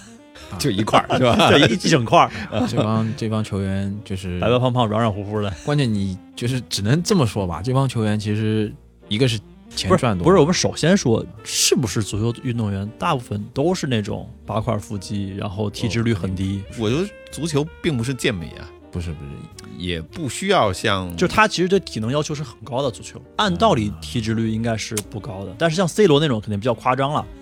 D: 就一块儿是吧？
A: 对， <laughs> 一一整块儿
B: 对， <laughs> 这帮这帮球员就是
A: 白白胖胖、软软乎乎的，
B: 关键你就是只能这么说吧，这帮球员其实一个是钱
A: 不是
B: 赚多，
A: 不是，我们首先说，是不是足球运动员大部分都是那种八块腹肌，然后体脂率很低？
D: 我觉得足球并不是健美啊，
B: 不是不是，
D: 也不需要像
A: 就他其实对体能要求是很高的。足球按道理体脂率应该是不高的，但是像 C 罗那种肯定比较夸张了。
D: 嗯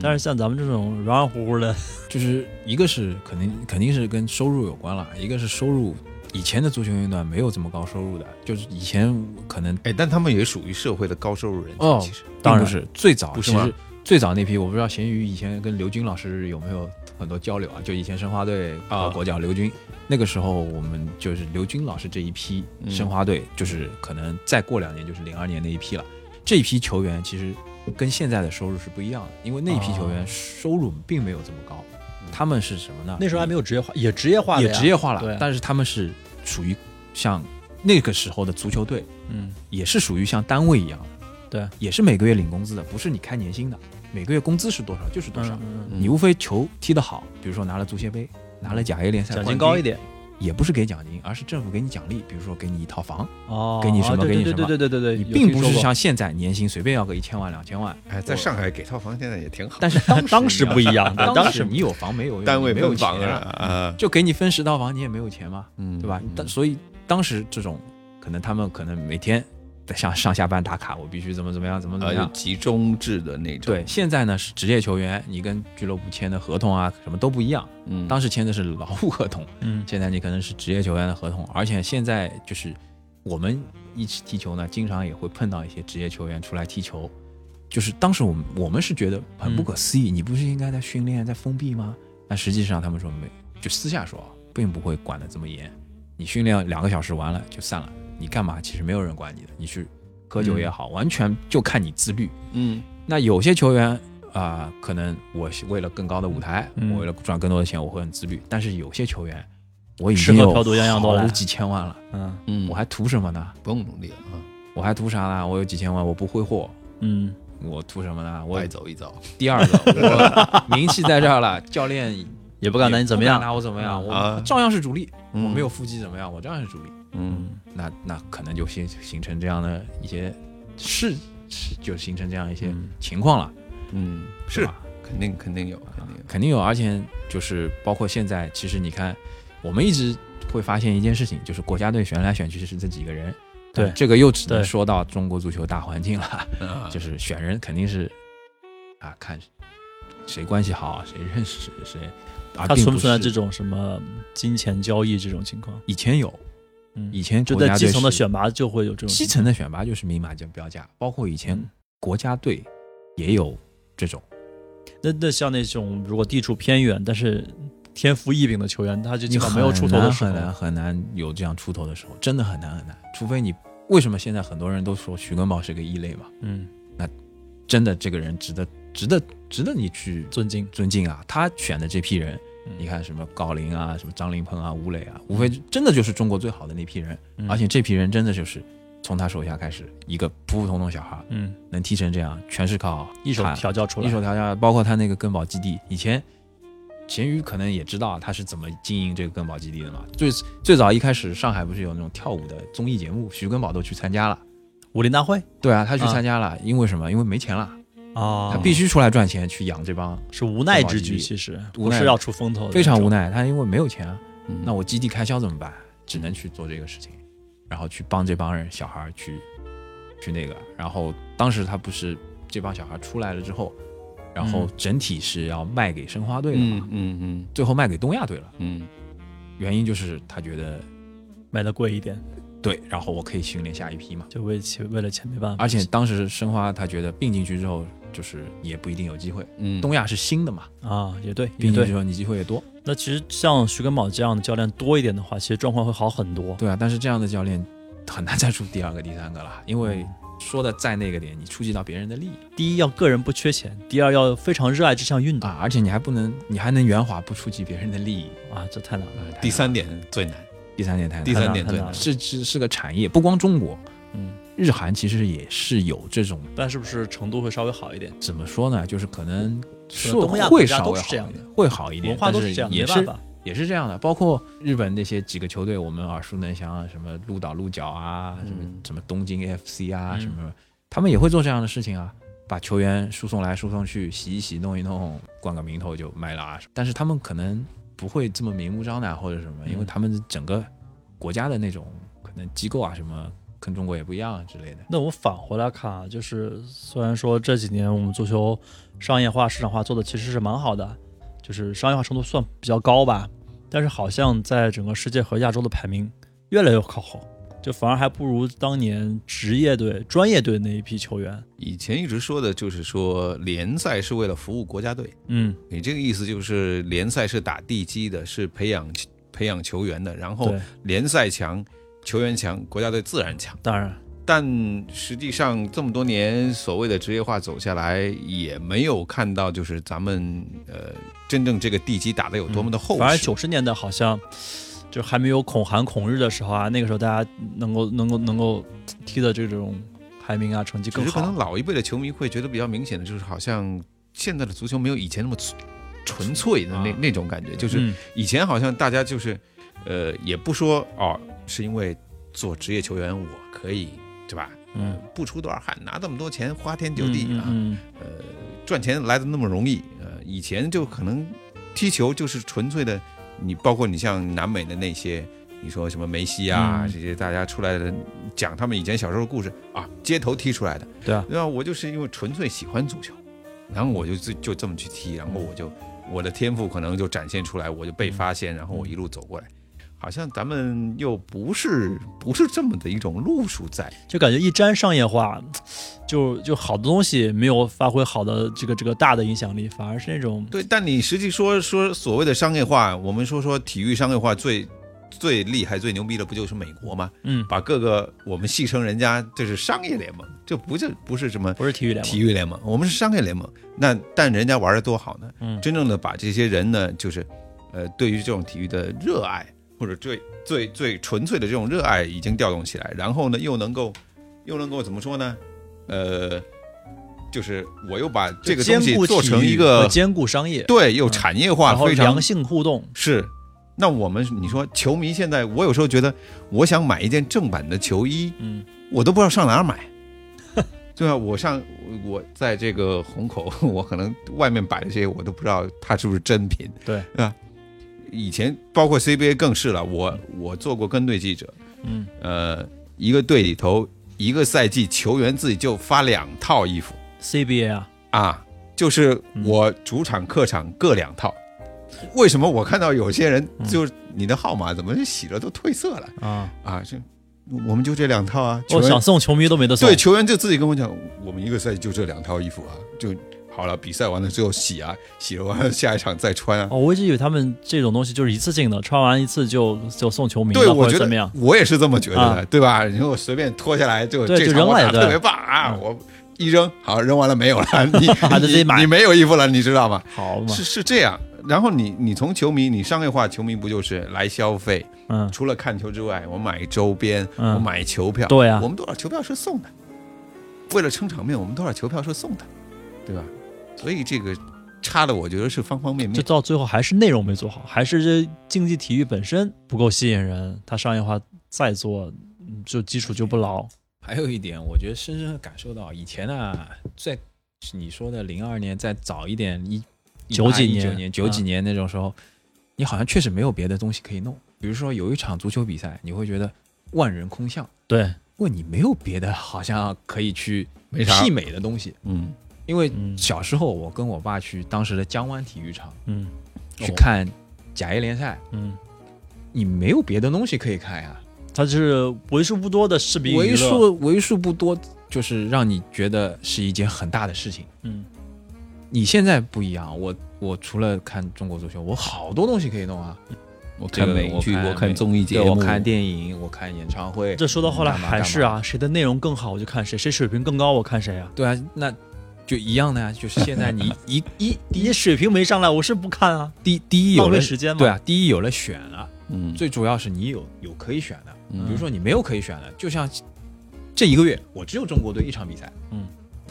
A: 但是像咱们这种软软乎乎的，
B: 就是一个是肯定肯定是跟收入有关了，一个是收入，以前的足球运动员没有这么高收入的，就是以前可能
D: 哎，但他们也属于社会的高收入人群，
B: 哦
D: 其实
A: 当然
B: 并不是最早
D: 不是
B: 其
D: 吗
B: 实最早那批，我不知道咸鱼以前跟刘军老师有没有很多交流啊？就以前申花队
D: 啊
B: 啊国脚刘军，那个时候我们就是刘军老师这一批
D: 嗯
B: 申花队，就是可能再过两年就是零二年那一批了。这一批球员其实跟现在的收入是不一样的，因为那一批球员收入并没有这么高，他们是什么呢？
A: 那时候还没有职业化，也职业化了
B: 也
A: 呀
B: 职业化
A: 对
B: 了
A: 啊，
B: 但是他们是属于像那个时候的足球队，
A: 嗯，
B: 也是属于像单位一样的，
A: 对，
B: 也是每个月领工资的，不是你开年薪的，每个月工资是多少就是多少。
A: 嗯，
B: 你无非球踢得好，比如说拿了足协杯，拿了甲 A 联赛
A: 奖
B: 冠
A: 金
B: 军
A: 高一，点
B: 也不是给奖金，而是政府给你奖励，比如说给你一套房，
A: 哦，
B: 给你什么
A: 啊对
B: 给你
A: 对
B: 什么
A: 对对对对对，
B: 你
A: 有
B: 并
A: 听
B: 不
A: 说
B: 是
A: 过
B: 像现在年薪随便要个一千万两
A: <laughs>
B: 千万，
D: 哎，在上海给套房现在也挺好，
B: 但是当
A: 当时
B: 时
A: 不一样对当
B: 当
A: 时
B: 你有房没有用，
D: 单位
B: 你没有
D: 分
B: 钱
D: 房啊
B: 啊，
D: 啊，
B: 就给你分十套房，你也没有钱嘛，
D: 嗯
B: 对吧？但
D: 嗯
B: 所以当时这种可能他们可能每天在上上下班打卡，我必须怎么怎么样，怎么
D: 嗯
B: 怎么
C: 呃，
D: 啊
B: 样
A: 啊
C: 就。集中制的那种。
B: 对，现在呢是职业球员，你跟俱乐部签的合同啊，什么都不一样。
C: 嗯，
B: 当时签的是劳务合同，
A: 嗯
B: 现在你可能是职业球员的合同，而且现在就是我们一起踢球呢，经常也会碰到一些职业球员出来踢球。就是当时我们我们是觉得很不可思议，你不是应该在训练在封闭吗？但实际上他们说没，就私下说啊并不会管得这么严。你训练两个小时完了就散了，你干嘛？其实没有人管你的，你去喝酒也好，完全就看你自律。
C: 嗯，
B: 那有些球员啊、可能我是为了更高的舞台，
A: 嗯
B: 我为了赚更多的钱，我会很自律。但是有些球员，我已
A: 吃
B: 经
A: 喝
B: 有
A: 嫖赌样样都来
B: 好几千万了，
A: 嗯
C: 嗯，
B: 我还图什么呢？
D: 不用努力了啊，
B: 我还图啥呢？我有几千万，我不挥霍，
A: 嗯
B: 我图什么呢？我
D: 白走一遭
B: 第二个， <laughs> 我名气在这儿了，教练
A: 也不
B: 不
A: 敢拿你怎么样
B: 不敢拿我怎么样？
D: 啊
B: 我照样是主力，我
D: 嗯
B: 没有腹肌怎么样？我照样是主力。
A: 嗯
B: 那那可能就形形成这样的一些事，是就形成这样一些
A: 嗯
B: 情况了，
C: 嗯，
D: 是
B: 吧
D: 肯定肯定有，肯定有。
B: 肯定有，而且就是包括现在，其实你看，我们一直会发现一件事情，就是国家队选来选去是这几个人。
A: 对嗯
B: 但这个又只能
A: 对
B: 说到中国足球大环
A: <laughs>
B: 境了，
D: 啊
B: 就是选人肯定是啊，看谁关系好，谁认识谁。而
A: 它
B: 啊并
A: 存不存在这
B: 是
A: 种什么金钱交易这种情况？
B: 以前有，
A: 嗯，
B: 以前
A: 就
B: 国
A: 在
B: 家
A: 基
B: 队
A: 层的
B: 是
A: 选拔就会有这种
B: 基
A: 情
B: 层的选拔就是明码标价，包括以前
A: 嗯
B: 国家队也有这种。
A: 况。那那像那种如果地处偏远但是天赋异禀的球员，他就基
B: 你
A: 本没有出头的时候
B: 很，难很难很难有这样出头的时候，真的很难很难。除非你为什么现在很多人都说徐根宝是个异类嘛？
A: 嗯，
B: 真的这个人值得值得值得你去
A: 尊敬，
B: 尊敬啊！他选的这批人，
A: 嗯
B: 你看什么郜林啊，什么张琳芃啊，吴磊啊，无非真的就是中国最好的那批人，
A: 嗯
B: 而且这批人真的就是从他手下开始，一个普普通通小孩
A: 嗯，
B: 能踢成这样，全是靠
A: 一手
B: 他
A: 调教出来，
B: 一手调教，包括他那个根宝基地，以前咸鱼可能也知道他是怎么经营这个根宝基地的嘛。最最早一开始，上海不是有那种跳舞的综艺节目，徐根宝都去参加了。
A: 武林大会
B: 对啊，他去
A: 啊
B: 参加了，因为什么？因为没钱了，
A: 啊
B: 他必须出来赚钱去养这帮，
A: 是无奈之
B: 无
A: 举，
B: 奈
A: 其实
B: 无
A: 不
B: 奈
A: 是要出风头的那种，
B: 非常无奈。他因为没有钱啊，
C: 嗯
B: 那我基地开销怎么办？啊只能去做这个事情，然后去帮这帮人小孩儿去去那个。然后当时他不是这帮小孩出来了之后，然后
A: 嗯
B: 整体是要卖给申花队的嘛。
C: 嗯嗯嗯
B: 最后卖给东亚队了，
C: 嗯
B: 原因就是他觉得
A: 卖的贵一点，
B: 对，然后我可以训练下一批嘛。
A: 就为其为了钱没办法。
B: 而且当时申花他觉得并进去之后，就是也不一定有机会。
C: 嗯，
B: 东亚是新的嘛，
A: 啊，也对，也
B: 并进去
A: 对
B: 之。后你机会也多。
A: 那其实像徐根宝这样的教练多一点的话，其实状况会好很多。
B: 对啊，但是这样的教练很难再出第二个、第三个
D: 嗯
B: 了，因
A: 嗯
B: 为说的再那个点，你触及到别人的利益
A: 第一要个人不缺钱，第二要非常热爱这项
D: 嗯
A: 运动
B: 啊，而且你还不能，你还能圆滑不触及别人的利益。
A: 啊，这太难了。
B: 啊
D: 嗯第，三点最难，
B: 第三点太难了
D: 第三
A: 太
D: 点
A: 难
D: 最
A: 了
D: 难，
B: 这是是个产业，不光中国，
A: 嗯，
B: 日韩其实也是有这种
A: 但是不是程度会稍微好一点？
B: 怎么说呢？就是可能
A: 是
B: 社
A: 东亚国
B: 会
A: 家
B: 稍
A: 都
B: 微
A: 是
B: 好
A: 这样
B: 一
A: 的
B: 点会好一点，
A: 文化都
B: 但
A: 是这样，
B: 也
A: 没
B: 是
A: 办法。
B: 也是这样的。包括日本那些几个球队，我们耳熟能详啊，什么鹿岛鹿角啊，什么什么东京 FC 啊，
A: 嗯
B: 什么，他们也会做这样的事情啊，把球员输送来输送去，洗一洗，弄一弄，冠个名头就卖了啊。但是他们可能不会这么明目张胆或者什么，因为
A: 嗯
B: 他们整个国家的那种可能机构啊什么，跟中国也不一样啊之类的。
A: 那我们返回来看啊，就是虽然说这几年我们足球商业化、市场化做的其实是蛮好的，就是商业化程度算比较高吧，但是好像在整个世界和亚洲的排名越来越靠后，就反而还不如当年职业队、专业队那一批球员。
D: 以前一直说的就是说联赛是为了服务国家队，
A: 嗯，
D: 你这个意思就是联赛是打地基的，是培养培养球员的，然后
A: 对，
D: 联赛强，球员强，国家队自然强。
A: 当然，
D: 但实际上这么多年所谓的职业化走下来，也没有看到就是咱们呃真正这个地基打得有多么的厚
A: 嗯
D: 实。
A: 反而九十年代好像就还没有恐韩恐日的时候啊，那个时候大家能够能够能够踢的这种。排名啊成绩
D: 只
A: 更
D: 是可
A: 好
D: 能。老一辈的球迷会觉得比较明显的就是，好像现在的足球没有以前那么纯纯粹的那、
B: 啊
D: 那种感觉，就是
A: 嗯，
D: 以前好像大家就是，呃，也不说哦，是因为做职业球员我可以对吧？
A: 嗯，
D: 不出多少汗，拿这么多钱，花天酒地啊，
A: 嗯嗯
D: 赚钱来的那么容易。呃，以前就可能踢球就是纯粹的，你包括你像南美的那些，你说什么梅西啊、
A: 嗯
D: 这些大家出来的，讲他们以前小时候的故事啊，街头踢出来的。
A: 对啊，
D: 对吧？我就是因为纯粹喜欢足球，然后我就就就这么去踢，然后我就我的天赋可能就展现出来，我就被发现，然后我
A: 嗯
D: 一路走过来。好像咱们又不是不是这么的一种路数在，
A: 就感觉一沾商业化，就就好的东西没有发挥好的这个这个大的影响力，反而是那种
D: 对。但你实际说说所谓的商业化，我们说说体育商业化最最厉害、最牛逼的，不就是美国吗？
A: 嗯，
D: 把各个我们戏称人家这是商业联盟，这不就不是什么
A: 不是体育联盟。
D: 体育联盟，我们是商业联盟。那但人家玩的多好呢，
A: 嗯
D: 真正的把这些人呢，就是呃，对于这种体育的热爱，或者最最最纯粹的这种热爱已经调动起来，然后呢，又能够又能够怎么说呢？呃，就是我又把这个东
A: 兼
D: 西
A: 顾
D: 做成
A: 体育
D: 一个
A: 和兼顾商业，
D: 对又
A: 嗯
D: 产业化
A: 然后
D: 非常
A: 良性互动。
D: 是，那我们你说球迷现在，我有时候觉得，我想买一件正版的球衣，
A: 嗯，
D: 我都不知道上哪
A: <laughs>
D: 儿买。对啊，我上我我在这个虹口， <laughs> 我可能外面摆的这些我都不知道它是不是真品。
A: 对
D: 啊，以前包括 CBA 更是了，我我做过跟队记者，
A: 嗯，
D: 呃，一个队里头一个赛季球员自己就发两套衣服
A: CBA 啊，
D: 啊，就是
A: 嗯
D: 我主场客场各两套。为什么我看到有些人
A: 嗯
D: 就是你的号码怎么洗了都褪色了
A: 啊，
D: 啊？这我们就这两套啊，
A: 我
D: 球员
A: 想送球迷都没得送。
D: 对，球员就自己跟我讲，我们一个赛季就这两套衣服啊，就好了。比赛完了之后洗啊，洗了完了下一场再穿啊。
A: 哦，我一直以为他们这种东西就是一次性的，穿完一次就就送球迷了，
D: 对，我
A: 或者
D: 觉
A: 怎么
D: 得
A: 样？
D: 我也是这么觉得的，
A: 啊
D: 对吧？然后随便脱下来就
A: 对
D: 这
A: 就
D: 场
A: 扔
D: 我
A: 了
D: 打
A: 也对
D: 得特别棒啊，
A: 嗯
D: 我一扔好扔完了没
A: <laughs>
D: 有了，你
A: 还得自己
D: 你
A: 买
D: 你没有衣服了，你知道吗？
A: 好嘛
D: 是，是这样。然后你你从球迷，你商业化球迷不就是来消费？
A: 嗯，
D: 除了看球之外，我买周边，
A: 嗯
D: 我买球票，
A: 对啊
D: 我们多少球票是送的？为了撑场面，我们多少球票是送的，对吧？所以这个差的，我觉得是方方面
A: 就
D: 面。
A: 到最后还是内容没做好，还是这竞技体育本身不够吸引人，它商业化再做，嗯就基础就不牢。
B: 还有一点，我觉得深深的感受到，以前啊，在你说的零二年，再早一点一
A: 九几
B: 年、九
A: 年嗯
B: 九几年那种时候，你好像确实没有别的东西可以弄。比如说有一场足球比赛，你会觉得万人空巷，
A: 对，
B: 因为你没有别的好像可以去
D: 没啥
B: 媲美的东西。
D: 嗯，
B: 因为
A: 嗯
B: 小时候我跟我爸去当时的江湾体育场
A: 嗯
B: 去看甲 A 联赛，
A: 嗯，
B: 你没有别的东西可以看呀、
A: 它是为数不多的士兵
B: 为数为数不多，就是让你觉得是一件很大的事情。
A: 嗯，
B: 你现在不一样，我我除了看中国足球，我好多东西可以弄啊。
C: 我
B: 这
C: 看
B: 个
C: 美剧，
B: 我
C: 我看综艺节
B: 对，
C: 目，
B: 我看电影，我看演唱会。
A: 这说到后来
B: 干嘛
A: 还是啊，谁的内容更好我就看谁，谁水平更高我看谁啊。
B: 对啊，那就一
C: <laughs>
B: 样的呀、就是现在你一一第
A: 你
B: 一
A: 水平没上来，我是不看啊，
B: 第第一有
A: 浪费
B: 了
A: 时间嘛。
B: 对啊，第一有了选了，
C: 嗯，
B: 最主要是你有有可以选的。
C: 嗯
B: 比如说你没有可以选的，就像这一个月我只有中国队一场比赛，
A: 嗯，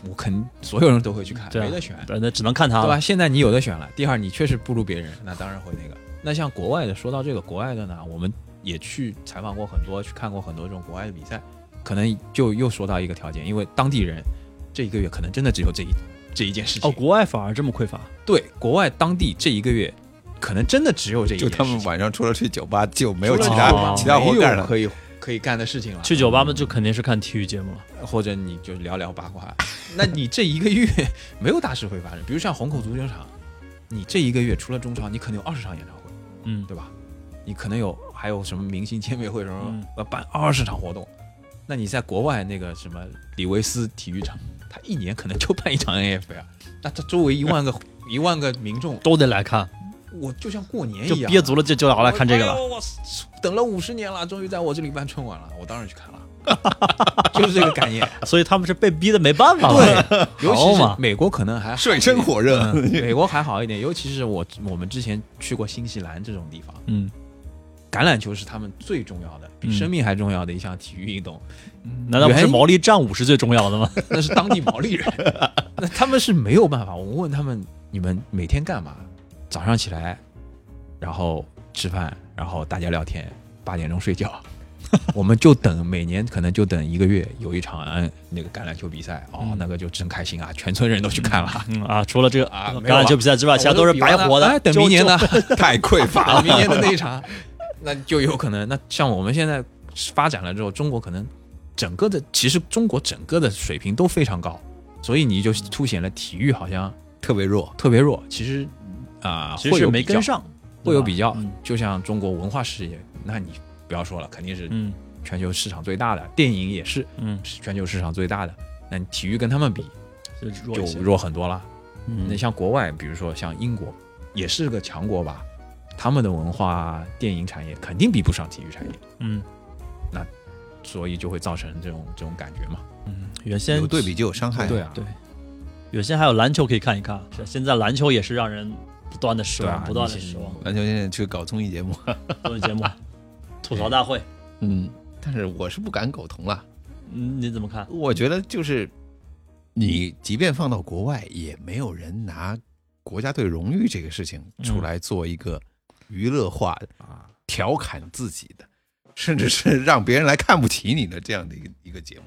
B: 我肯所有人都会去看，
A: 对啊
B: 没得选。
A: 对，那只能
D: 啊
A: 看他
B: 对吧？
A: 了。
B: 现在你有的选了。第二，你确实不如别人，那当然会那个。那像国外的，说到这个国外的呢，我们也去采访过很多，去看过很多这种国外的比赛，可能就又说到一个条件，因为当地人这一个月可能真的只有这一这一件事情。
A: 哦，国外反而这么匮乏，
B: 对，国外当地这一个月可能真的只有这一
D: 就
B: 件
D: 他们
B: 事情
D: 晚上除了去酒吧，就没有其
A: 除了
D: 他
A: 酒吧
D: 其他活
B: 没有
D: 干了。
B: 可以可以干的事情了。
A: 去酒吧嘛就肯定是看体育节目了。
B: 或者你就聊聊八卦。那你这一个月没有大事会发生，比如像虹口足球场，你这一个月除了中超，你可能有二十场演唱会。
A: 嗯，
B: 对吧？你可能有还有什么明星见面会什么
A: 嗯，
B: 呃、办二十场活动，那你在国外那个什么李维斯体育场，他一年可能就办一场 AF 呀，啊那他周围一万个 <laughs> 一万个民众，
A: 都得来看，
B: 我就像过年一
A: 就
B: 样啊，
A: 憋足了就就要来看这个
B: 我哎
A: 了。
B: 呦我等了五十年了，终于在我这里办春晚了，我当然去看了， <laughs> 就是这个
A: <laughs>
B: 概念。
A: 所以他们是被逼的没办法了。
B: 对，尤其
A: 好嘛
B: 是美国可能还好
D: 水深火热
B: 嗯美国还好一点，尤其是我我们之前去过新西兰这种地方。
A: 嗯
B: 橄榄球是他们最重要的，比生命还重要的一项体育运动。 <laughs>
A: 难道不是
B: 原因
A: 毛利战舞是最重要的吗？
B: 那是当地毛利人，那他们是没有办法。我问他们，你们每天干嘛？早上起来，然后吃饭，然后大家聊天，八点钟睡觉。 <laughs> 我们就等每年可能就等一个月有一场嗯那个橄榄球比赛哦
A: 嗯，
B: 那个就真开心啊，全村人都去看了。
A: 嗯 <laughs> 啊，除了这个
B: 啊没有
A: 橄榄球比赛之外，其他都是白活
B: 哎
A: 的。
B: 等明年
A: 的
B: 呢？
D: 太
A: <laughs>
D: 匮乏
B: 打明年的那一场， <laughs> 那就有可能。那像我们现在发展了之后，中国可能整个的，其实中国整个的水平都非常高，所以你就凸显了体育好像
D: 特别弱。
B: 特别弱。其实啊，
A: 其实
B: 会
A: 是
B: 有
A: 没
B: 比较
A: 跟，上，
B: 会
A: 对
B: 有
A: 吧
B: 比较
A: 嗯。
B: 就像中国文化事业，那你不要说了，肯定是
A: 嗯
B: 全球市场最大的，电影也是
A: 嗯，
B: 是全球市场最大的。那你体育跟他们比
A: 就弱一些
B: 就弱很多了。那
A: 嗯
B: 像国外，比如说像英国，也是个强国吧，他们的文化电影产业肯定比不上体育产业，
A: 嗯
B: 所以就会造成这种这种感觉嘛。
A: 嗯，原先
D: 有对比就有伤害。
B: 对啊，
A: 对，原先还有篮球可以看一看，是现在篮球也是让人不断的失
B: 对
A: 望，
B: 啊
A: 不断的
B: 你
A: 失望。
D: 篮球现在去搞综艺节目，
A: 综艺节目吐槽大会，
D: 嗯，但是我是不敢苟同了。
A: 嗯，你怎么看？
D: 我觉得就是，你即便放到国外，也没有人拿国家队荣誉这个事情出来做一个娱乐化、
B: 啊，
D: 调侃自己的，甚至是让别人来看不起你的这样的一个一个节目。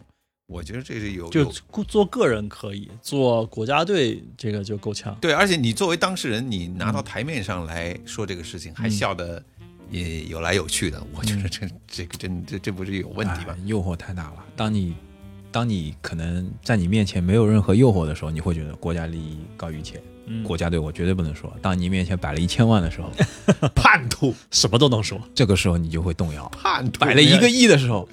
D: 我觉得这是有
A: 就
D: 有
A: 做个人可以，做国家队这个就够呛。
D: 对，而且你作为当事人，你拿到台面上来说这个
B: 嗯
D: 事情，还笑得也有来有去的，我觉得这这个真这这不是有问题吗
B: 哎？诱惑太大了。当你当你可能在你面前没有任何诱惑的时候，你会觉得国家利益高于一切，
A: 嗯，
B: 国家队我绝对不能说。当你面前摆了一千万的 <laughs> 时候，啊
D: 叛徒，
A: 什么都能说，
B: 这个时候你就会动摇。
D: 叛徒，
B: 摆了一个亿的时候，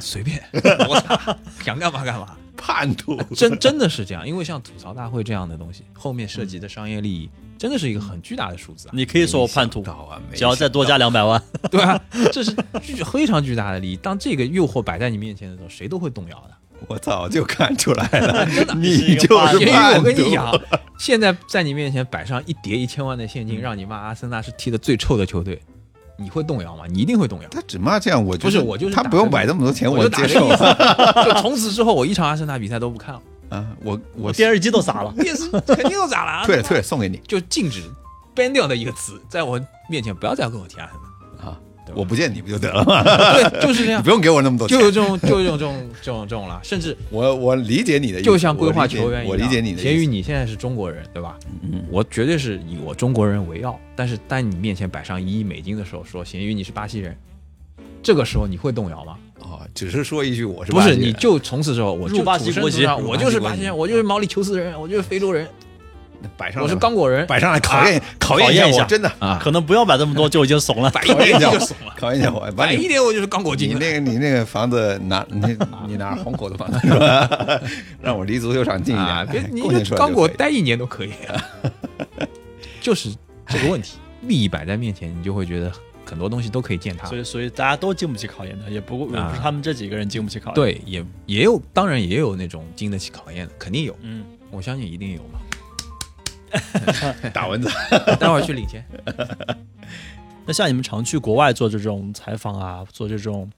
B: 随便， <laughs> 我操，想干嘛干嘛。
D: 叛徒，
B: 真真的啊是这样，因为像吐槽大会这样的东西，后面涉及的商业利益真的是一个很巨大的数字啊！
A: 嗯你可以说我叛徒，
D: 到啊，没
A: 只要再多加两百万，
B: 对啊，这是巨非常巨大的利益。当这个诱惑摆在你面前的时候，谁都会动摇的。
D: 我早就看出来
B: <laughs>
D: 了，
A: 你
D: 你
A: 是一个
D: 就
A: 叛徒
D: 是
B: 因为
D: 叛
B: 啊我跟你
D: 徒。
B: 讲，现在在你面前摆上一叠一千万的现金，让你骂阿森纳是踢的最臭的球队，你会动摇吗？你一定会动摇。
D: 他只骂这样，我
B: 不是我就是
D: 他
B: 打
D: 不用
B: 的
D: 摆那么多钱，
B: 我就打
D: 接
B: 这
D: 受
B: 个意思，就从此之后我一场阿森纳比赛都不看了，
D: 啊，我我
A: <laughs> 我电视机都砸了。
B: 电视肯定都砸了啊，
D: 退了退了，送给你
B: 就禁止 ban 掉的一个词，在我面前不要再跟我提阿森纳。
D: 啊
B: 对，吧
D: 我不见你不就
B: <laughs>
D: 得了吗？
B: 对，就是这
D: 你
B: 样
D: 不，用给我那么多
B: 就
D: 钱，
B: 有这种，就有这种这种这种了。甚至
D: 我我理解你的意思，
B: 就像规划
D: 哎我理解
B: 球员一样，
D: 我理解你的
B: 田
D: 意
B: 宇，
D: 思。
B: 你现在是中国人，对吧？
D: 嗯
B: 我绝对是以我中国人为傲，但是当你面前摆上一亿美金的时候，说咸鱼你是巴西人，这个时候你会动摇吗？
D: 哦，只是说一句我是
B: 不
D: 巴
B: 是，
D: 西人
B: 你就从此之后我就
A: 入巴西
B: 土生
A: 国籍
B: 土长
A: 入
B: 我
D: 巴西
B: 就是
D: 国
B: 巴西
D: 籍
B: 人，我就是毛里求斯人，我就是非洲人，
D: 摆上来吧，
B: 我是刚果啊人，
D: 摆上来考验考
A: 考验
D: 验
A: 一
D: 一下
A: 下
D: 我，真的
B: 啊，
A: 可能不要买这么多就已经怂了。
B: 摆一
D: 考
B: 点
D: 验一下
B: 就
D: 我
B: 怂了，
D: <laughs> 考验一下我，把
B: 摆一
D: 你
B: 点我就是刚果
D: 你
B: 金了。
D: 那个你那个房子拿你你拿虹口的房子是吧？让我离足球场近一点，
B: 啊，别
D: 哎
B: 你
D: 贡献出
B: 就
D: 来
B: 刚果
D: 可以
B: 待一年都可以、啊
D: <laughs>
B: 就是这个问题，利益摆在面前，你就会觉得很多东西都可以践踏
A: 所。以，所以大家都经不起考验的，也不过也
B: 啊
A: 不是他们这几个人经不起考验。，
B: 对，也也有，当然也有那种经得起考验的，肯定有，
A: 嗯，
B: 我相信一定有嘛。
D: 打蚊子，
B: 待会儿去领
D: <laughs>
B: 钱。
A: 那像你们常去国外做这种采访啊，做这种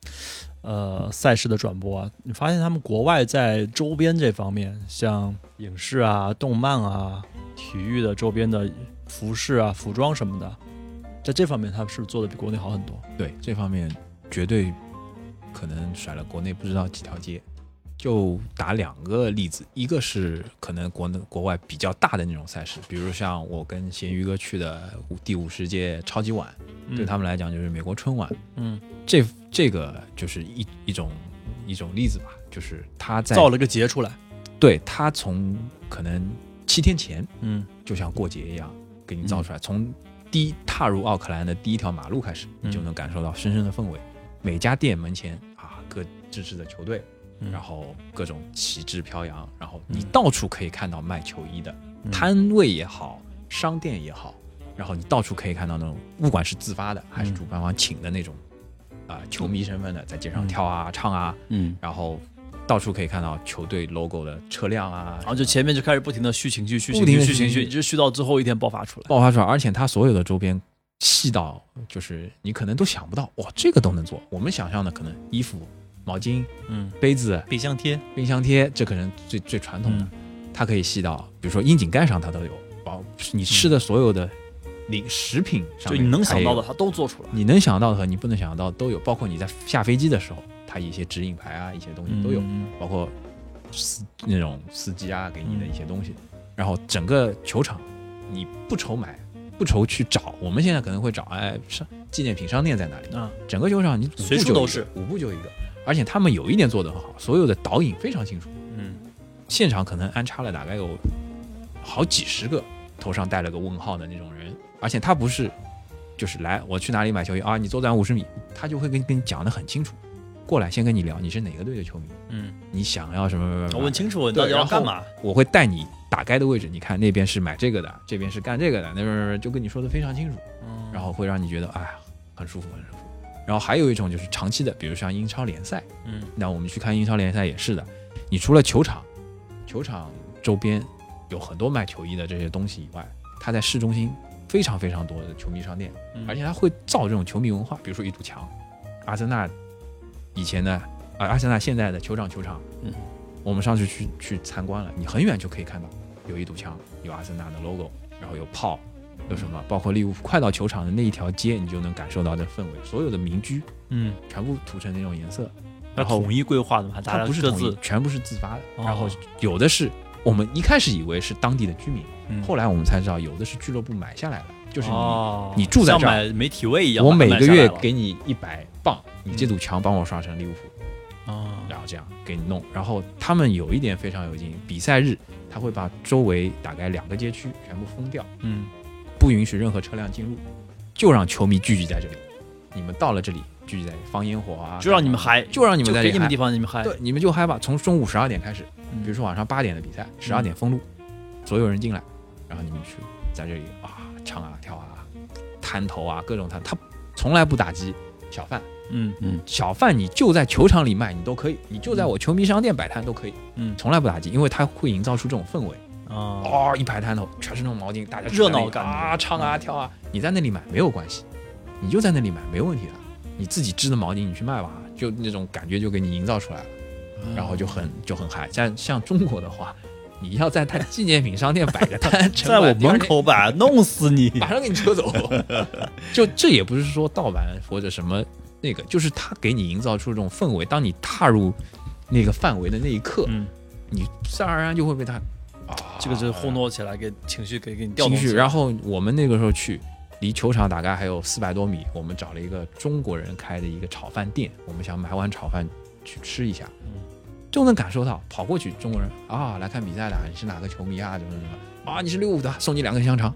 A: 呃赛事的转播啊，你发现他们国外在周边这方面，像影视啊、动漫啊、体育的周边的服饰啊、服装什么的，在这方面他们是不是做的比国内好很多？
B: 对这方面，绝对可能甩了国内不知道几条街。就打两个例子，一个是可能国内国外比较大的那种赛事，比如像我跟咸鱼哥去的第五十届超级碗，
D: 嗯
B: 对他
A: 们，
B: 们来讲就是美国春晚。
A: 嗯，
B: 这这个就是一一种一种例子吧，就是他在
A: 造了个节出来，
B: 对他从可能七天前
A: 嗯
B: 就像过节一样给你造出来，从第一踏入奥克兰的第一条马路开始，你就
A: 嗯
B: 能感受到深深的氛围。每家店门前啊，各支持的球队，
A: 嗯
B: 然后各种旗帜飘扬，然后
A: 嗯
B: 你到处可以看到卖球衣的、
A: 嗯
B: 摊位也好，商店也好，然后你到处可以看到那种，不管是自发的还是
A: 嗯
B: 主办方请的那种，啊、球迷身份的在街上跳啊、唱啊，
D: 嗯，
B: 然后到处可以看到球队 logo 的车辆啊，
A: 然后就前面就开始不停的续情绪、续情
B: 不停
A: 绪、
B: 地
A: 续
B: 续
A: 情
B: 情
A: 绪，
B: 绪
A: 一直续到最后一天爆发出来。
B: 爆发出来，而且它所有的周边细到就是你可能都想不到，哇，这个都能做。我们想象的可能衣服、毛巾、
A: 嗯，
B: 杯子、
A: 冰箱贴，
B: 冰箱贴，这可能最最传
A: 嗯
B: 统的，它可以细到，比如说窨井盖上它都有，包你吃的所有的零食品
A: 嗯就
B: 上面，
A: 你能想到的，，他都做出来。
B: 你能想到的和你不能想到的都有，包括你在下飞机的时候，它一些指引牌啊，一些东西都有，
A: 嗯
B: 包括司那种司机啊给你的一些东西，然后整个球场你不愁买，不愁去找，我们现在可能会找哎商纪念品商店在哪里，
A: 啊，
B: 整个球场你五步
A: 随处
B: 就一
A: 都
B: 个
A: 是，
B: 五步就一个，而且他们有一点做得很好，所有的导引非常清楚。
A: 嗯，
B: 现场可能安插了大概有好几十个头上戴了个问号的那种人，而且他不是就是来我去哪里买球衣啊，你左转五十米，他就会跟跟你讲的很清楚，过来先跟你聊你是哪个队的球迷，
A: 嗯，
B: 你想要什么什么什
A: 我
B: 么，
A: 问清楚你
B: 对
A: 到底要
B: 然后
A: 干嘛。
B: 我会带你打该的位置，你看那边是买这个的，这边是干这个的，那边就跟你说的非常清楚，
A: 嗯
B: 然后会让你觉得哎呀很舒服很舒服。然后还有一种就是长期的，比如像英超联赛。
A: 嗯
B: 那我们去看英超联赛也是的，你除了球场，球场周边有很多卖球衣的这些东西以外，它在市中心非常非常多的球迷商店，
A: 嗯
B: 而且它会造这种球迷文化，比如说一堵墙，阿森纳以前的啊、阿森纳现在的球场球场，
C: 嗯，
B: 我们上次去去参观了，你很远就可以看到有一堵墙，有阿森纳的 logo，然后有炮。有什么？包括利物浦快到球场的那一条街，你就能感受到的氛围。所有的民居
A: 嗯，
B: 全部涂成那种颜色，
A: 要
B: 然后
A: 统一规划的嘛，大
B: 它
A: 家
B: 不是
A: 各
B: 统一
A: 自，
B: 全部是自发的。
A: 哦
B: 然后有的是我们一开始以为是当地的居民，
A: 嗯
B: 后来我们才知道有的是俱乐部买下来的，就是你、
A: 哦
B: 你住在
A: 像
B: 这儿
A: 买媒体位一样，
B: 我
A: 把它
B: 每
A: 买
B: 个
A: 下来
B: 月
A: 了嗯
B: 给你一百磅，你这堵墙帮我刷成利物浦，
A: 哦
B: 然后这样给你弄。然后他们有一点非常有劲，比赛日他会把周围大概两个街区全部封掉，
A: 嗯
B: 不允许任何车辆进入，就让球迷聚集在这里。你们到了这里聚集在这里放烟火啊，
A: 就让你们嗨
B: 就让你
A: 你
B: 们在这
A: 给
B: 里
A: 你
B: 嗨
A: 们地方你们嗨，
B: 对，你们就嗨吧。从中午十二点开始，
A: 嗯
B: 比如说晚上八点的比赛，十二点封路，所有人进来，然后你们去在这里啊唱啊跳啊，摊头啊各种摊，他从来不打击小贩，
A: 嗯
B: 小贩你就在球场里卖你都可以，你就在我球迷商店摆摊都可以，
A: 嗯
B: 从来不打击，因为他会营造出这种氛围。
A: 哦，
B: 哦，一排摊头全是那种毛巾，大家
A: 热闹感觉嗯
B: 啊，唱啊跳啊，你在那里买没有关系，你就在那里买没问题的，你自己织的毛巾你去卖吧，就那种感觉就给你营造出来了。
A: 嗯
B: 然后就很就很嗨。像像中国的话，你要在他纪念品商店摆
A: <laughs>
B: 个摊，城
A: 在我
B: 管第二
A: 门
B: 天
A: 口摆，弄死你！
B: 马上给你
A: <laughs>
B: 车走。就这也不是说盗版或者什么那个，就是他给你营造出这种氛围，当你踏入那个范围的那一刻，
A: 嗯，
B: 你自然而然就会被他
A: 这个是烘托起来，给情绪给给你调
B: 情
A: 动
B: 绪。
A: 起来
B: 然后我们那个时候去。离球场大概还有四百多米，我们找了一个中国人开的一个炒饭店，我们想买碗炒饭去吃一下，
A: 嗯
B: 就能感受到跑过去中国人啊来看比赛了，你是哪个球迷啊？怎么怎么啊？你是利物浦的，送你两个香肠，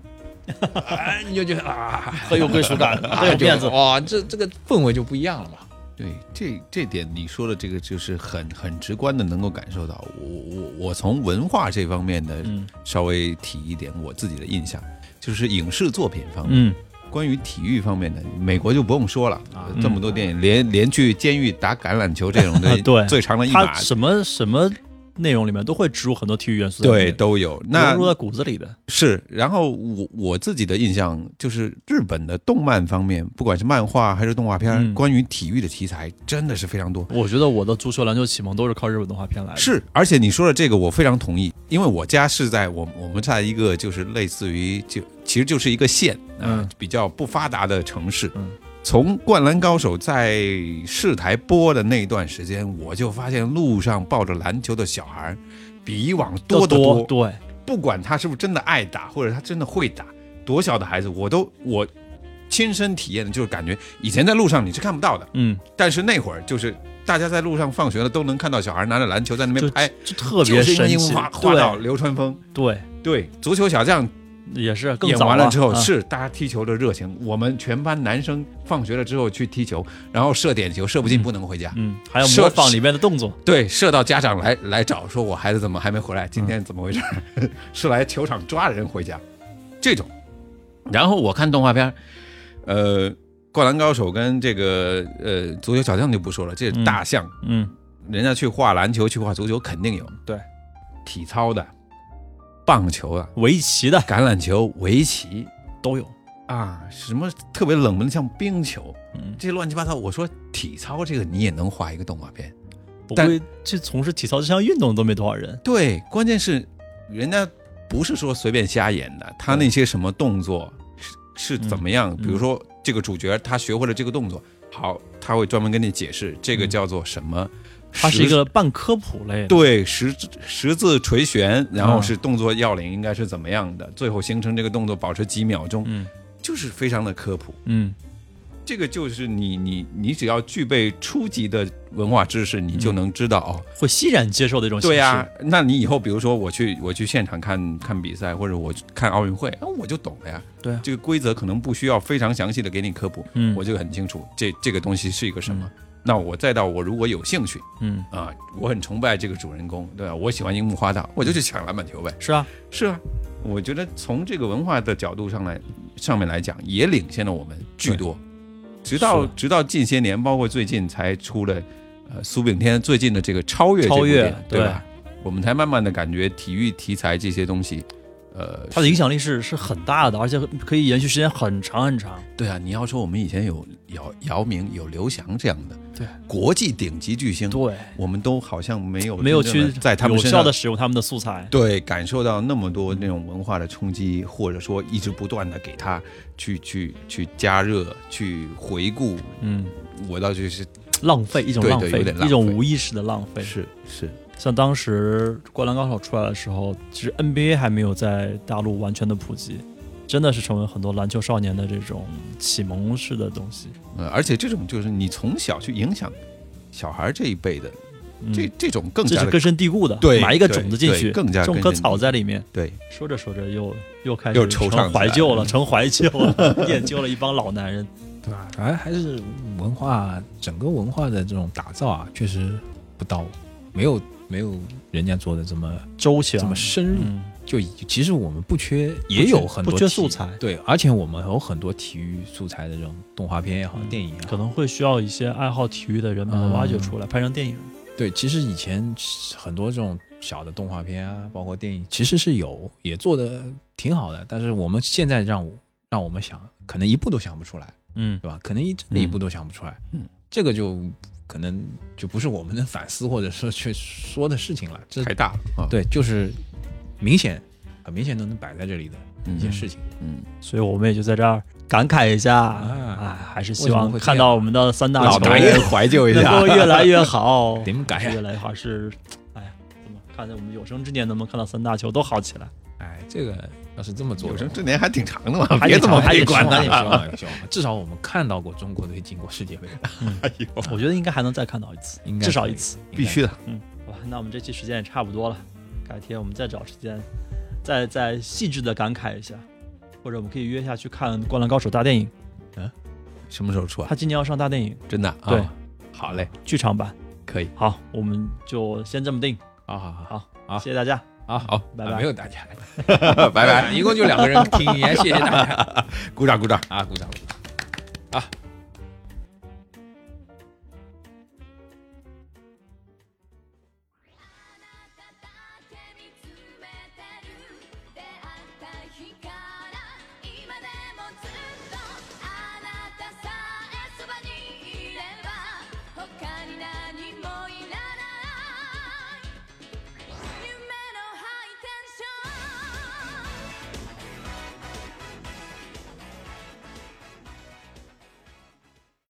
B: 哎，你就觉得
A: <laughs>
B: 啊，哎
A: 很有归属感，很有面子。
B: 哇、啊这这个氛围就不一样了嘛。
D: <laughs> 对，这这点你说的这个就是很很直观的能够感受到。我我我从文化这方面的
A: 嗯
D: 稍微提一点我自己的印象，就是影视作品方面，
A: 嗯
D: 关于体育方面的，美国就不用说了，
B: 啊
D: 这么多电影，连连去监狱打橄榄球这种的，
A: 对
D: 最长的一
A: 他
D: 码，
A: 什么什么内容里面都会植入很多体育元素在里面，
D: 对都有。那
A: 融入在骨子里的。
D: 是，然后我我自己的印象就是日本的动漫方面，不管是漫画还是动画片，
A: 嗯
D: 关于体育的题材真的是非常多。
A: 我觉得我的足球、篮球启蒙都是靠日本动画片来的。
D: 是，而且你说的这个我非常同意，因为我家是在我我们在一个就是类似于就其实就是一个县啊、
A: 嗯
D: 比较不发达的城市。
A: 嗯
D: 从《灌篮高手》在市台播的那段时间，我就发现路上抱着篮球的小孩儿比以往
A: 多
D: 多得
A: 多对，
D: 不管他是不是真的爱打，或者他真的会打，多小的孩子，我都我亲身体验的，就是感觉以前在路上你是看不到的，
A: 嗯，
D: 但是那会儿就是大家在路上放学了都能看到小孩拿着篮球在那
A: 就
D: 边拍，哎
A: 就特别
D: 就是
A: 神
D: 因为
A: 奇
D: 画。画到
A: 对
D: 流川枫。
A: 对，
D: 对，足球小将
A: 也是更
D: 演
A: 早
D: 完了之后，
A: 嗯
D: 是大家踢球的热情。我们全班男生放学了之后去踢球，然后射点球射不进不能回家。
A: 嗯，还有
D: 射
A: 模仿里面的动作，
D: 对，射到家长来来找，说我孩子怎么还没回来？今
A: 嗯
D: 天怎么回事？ <laughs> 是来球场抓人回家，这种。然后我看动画片儿，呃，《灌篮高手》跟这个呃足球小将就不说了，这是大项，
A: 嗯
D: 人家去画篮球、去画足球肯定有，
A: 对，
D: 体操的、棒球的、啊
A: 围棋的
D: 橄榄球、围棋
A: 都有。
D: 啊，什么特别冷门的，像冰球
A: 嗯，
D: 这些乱七八糟。我说体操这个你也能画一个动画片，
A: 不
D: 但
A: 会去从事体操这项运动都没多少人，
D: 对，关键是人家不是说随便瞎演的，他那些什么动作是是怎么
A: 嗯
D: 样？比如说这个主角他学会了这个动作，好，他会专门跟你解释这个叫做什么。
A: 它嗯是一个半科普类的。
D: 对十字十字垂悬，然后
A: 嗯
D: 是动作要领应该是怎么样的，最后形成这个动作保持几秒钟，
A: 嗯
D: 就是非常的科普。
A: 嗯，
D: 这个就是你你你只要具备初级的文化知识，你
A: 嗯
D: 就能知道哦。
A: 会欣然接受的一种形式。
D: 对呀、那你以后比如说我去我去现场看看比赛，或者我去看奥运会，那我就懂了呀。
A: 对啊
D: 这个规则可能不需要非常详细的给你科普，
A: 嗯，
D: 我就很清楚这这个东西是一个什么。那我再到我如果有兴趣
A: 嗯
D: 啊、我很崇拜这个主人公，对吧？我喜欢樱木花道，我就去抢篮板球呗。
A: 是啊，
D: 是啊，我觉得从这个文化的角度上来上面来讲，也领先了我们巨多。直到
A: 是
D: 直到近些年，包括最近才出了，呃，苏炳添最近的这个超越这部
A: 超越
D: 电影对吧？我们才慢慢的感觉体育题材这些东西，呃，
A: 它的影响力是是很大的，而且可以延续时间很长很长。
D: 对啊，你要说我们以前有姚姚明、有刘翔这样的
A: 对
D: 国际顶级巨星，
A: 对，
D: 我们都好像没有
A: 没有
D: 真正
A: 去
D: 地嗯哎在他们
A: 有
D: 身
A: 效
D: 上
A: 的使用他们的素材。
D: 对，感受到那么多那种文化的冲击，或者说一直不断的给他去去去加热、去回顾，
A: 嗯，
D: 我倒觉得是
A: 浪费一种
D: 对对
A: 浪费，
D: 有点浪费
A: 一种无意识的浪费。
D: 是是，
A: 像当时《灌篮高手》出来的时候，其实 NBA 还没有在大陆完全的普及，真的是成为很多篮球少年的这种启蒙式的东西。
D: 呃，而且这种就是你从小去影响小孩这一辈的，
A: 嗯、
D: 这这种更
A: 这
D: 加
A: 是
D: 的
A: 根深蒂固的，
D: 对
A: 埋一个种子进去，
D: 对对更加
A: 种
D: 根
A: 棵
D: 深
A: 草在里面。
D: 对，
A: 说着说着又又开始
D: 又
A: 成
D: 惆怅起来
A: 怀
D: 了
A: 旧了，成怀旧了， <laughs> 练就了一帮老男人。
B: 对吧？反正还是文化整个文化的这种打造啊，确实不到，没有没有人家做的这么
A: 周全
B: 这么深入。
A: 嗯，
B: 就已其实我们不缺，
A: 缺
B: 也有很多
A: 不缺
B: 体
A: 素材
B: 对，而且我们有很多体育素材的这种动画片也好，电影也
A: 可
B: 好，
A: 能会需要一些爱好体育的人把它挖掘出
D: 嗯
A: 来，拍成电影。
B: 对，其实以前很多这种小的动画片啊，包括电影，其实是有，也做的挺好的，但是我们现在让我让我们想，可能一部都想不出来，
A: 嗯，
B: 对吧？可能一真的一步都想不出来，
D: 嗯，
B: 这个就可能就不是我们的反思或者说去说的事情了，这
D: 太大了啊。
B: 对，就是明显很明显都能摆在这里的一些
D: 嗯
B: 事情。
D: 嗯，
A: 所以我们也就在这儿感慨一下，
B: 啊
A: 哎，还是
B: 为
A: 希
B: 什么
A: 望
B: 会这
A: 看
B: 样
A: 到我们的三大
D: 老
A: 球
D: 男
A: 员
B: <laughs>
D: 人怀旧一
A: 能
D: 下
A: 够，
D: <laughs>
A: 越来越好，
B: 你们改
A: 越来越好 <laughs> 是，哎呀，怎么看在我们有生之年能不能看到三大球都好起来？
B: 哎，这个要是这么做
D: 有
B: 的
D: 生
B: 话，
D: 之年还挺长的嘛，
A: 还
D: 别
A: 挺
D: 这么
A: 长还
D: 悲
A: 挺
D: 观
A: 长
D: 呐。
A: 还挺
B: 希望有希望至少我们看到过中国队进过世界杯，
A: 我觉得应该还能再看到一次，
B: 哦应该
A: 至少
B: 可以
A: 一次。
B: 应该
D: 必须的，
A: 嗯，好吧，那我们这期时间也差不多了，改天我们再找时间，再再细致的感慨一下，或者我们可以约下去看《灌篮高手》大电影，
D: 什么时候出啊？
A: 他今年要上大电影
D: 真的啊？
A: 对，
D: 好嘞，
A: 剧场版。
D: 可以，
A: 好，我们就先这么定，
B: 好好好
A: 好
B: 好
A: 谢谢大家，
B: 好啊
D: 好
A: 拜拜
B: 没有大家，
D: <laughs> 拜拜，
B: 一共就两个人听，你还谢谢大家
D: <laughs> 鼓掌鼓掌。
B: 啊，鼓掌鼓掌啊，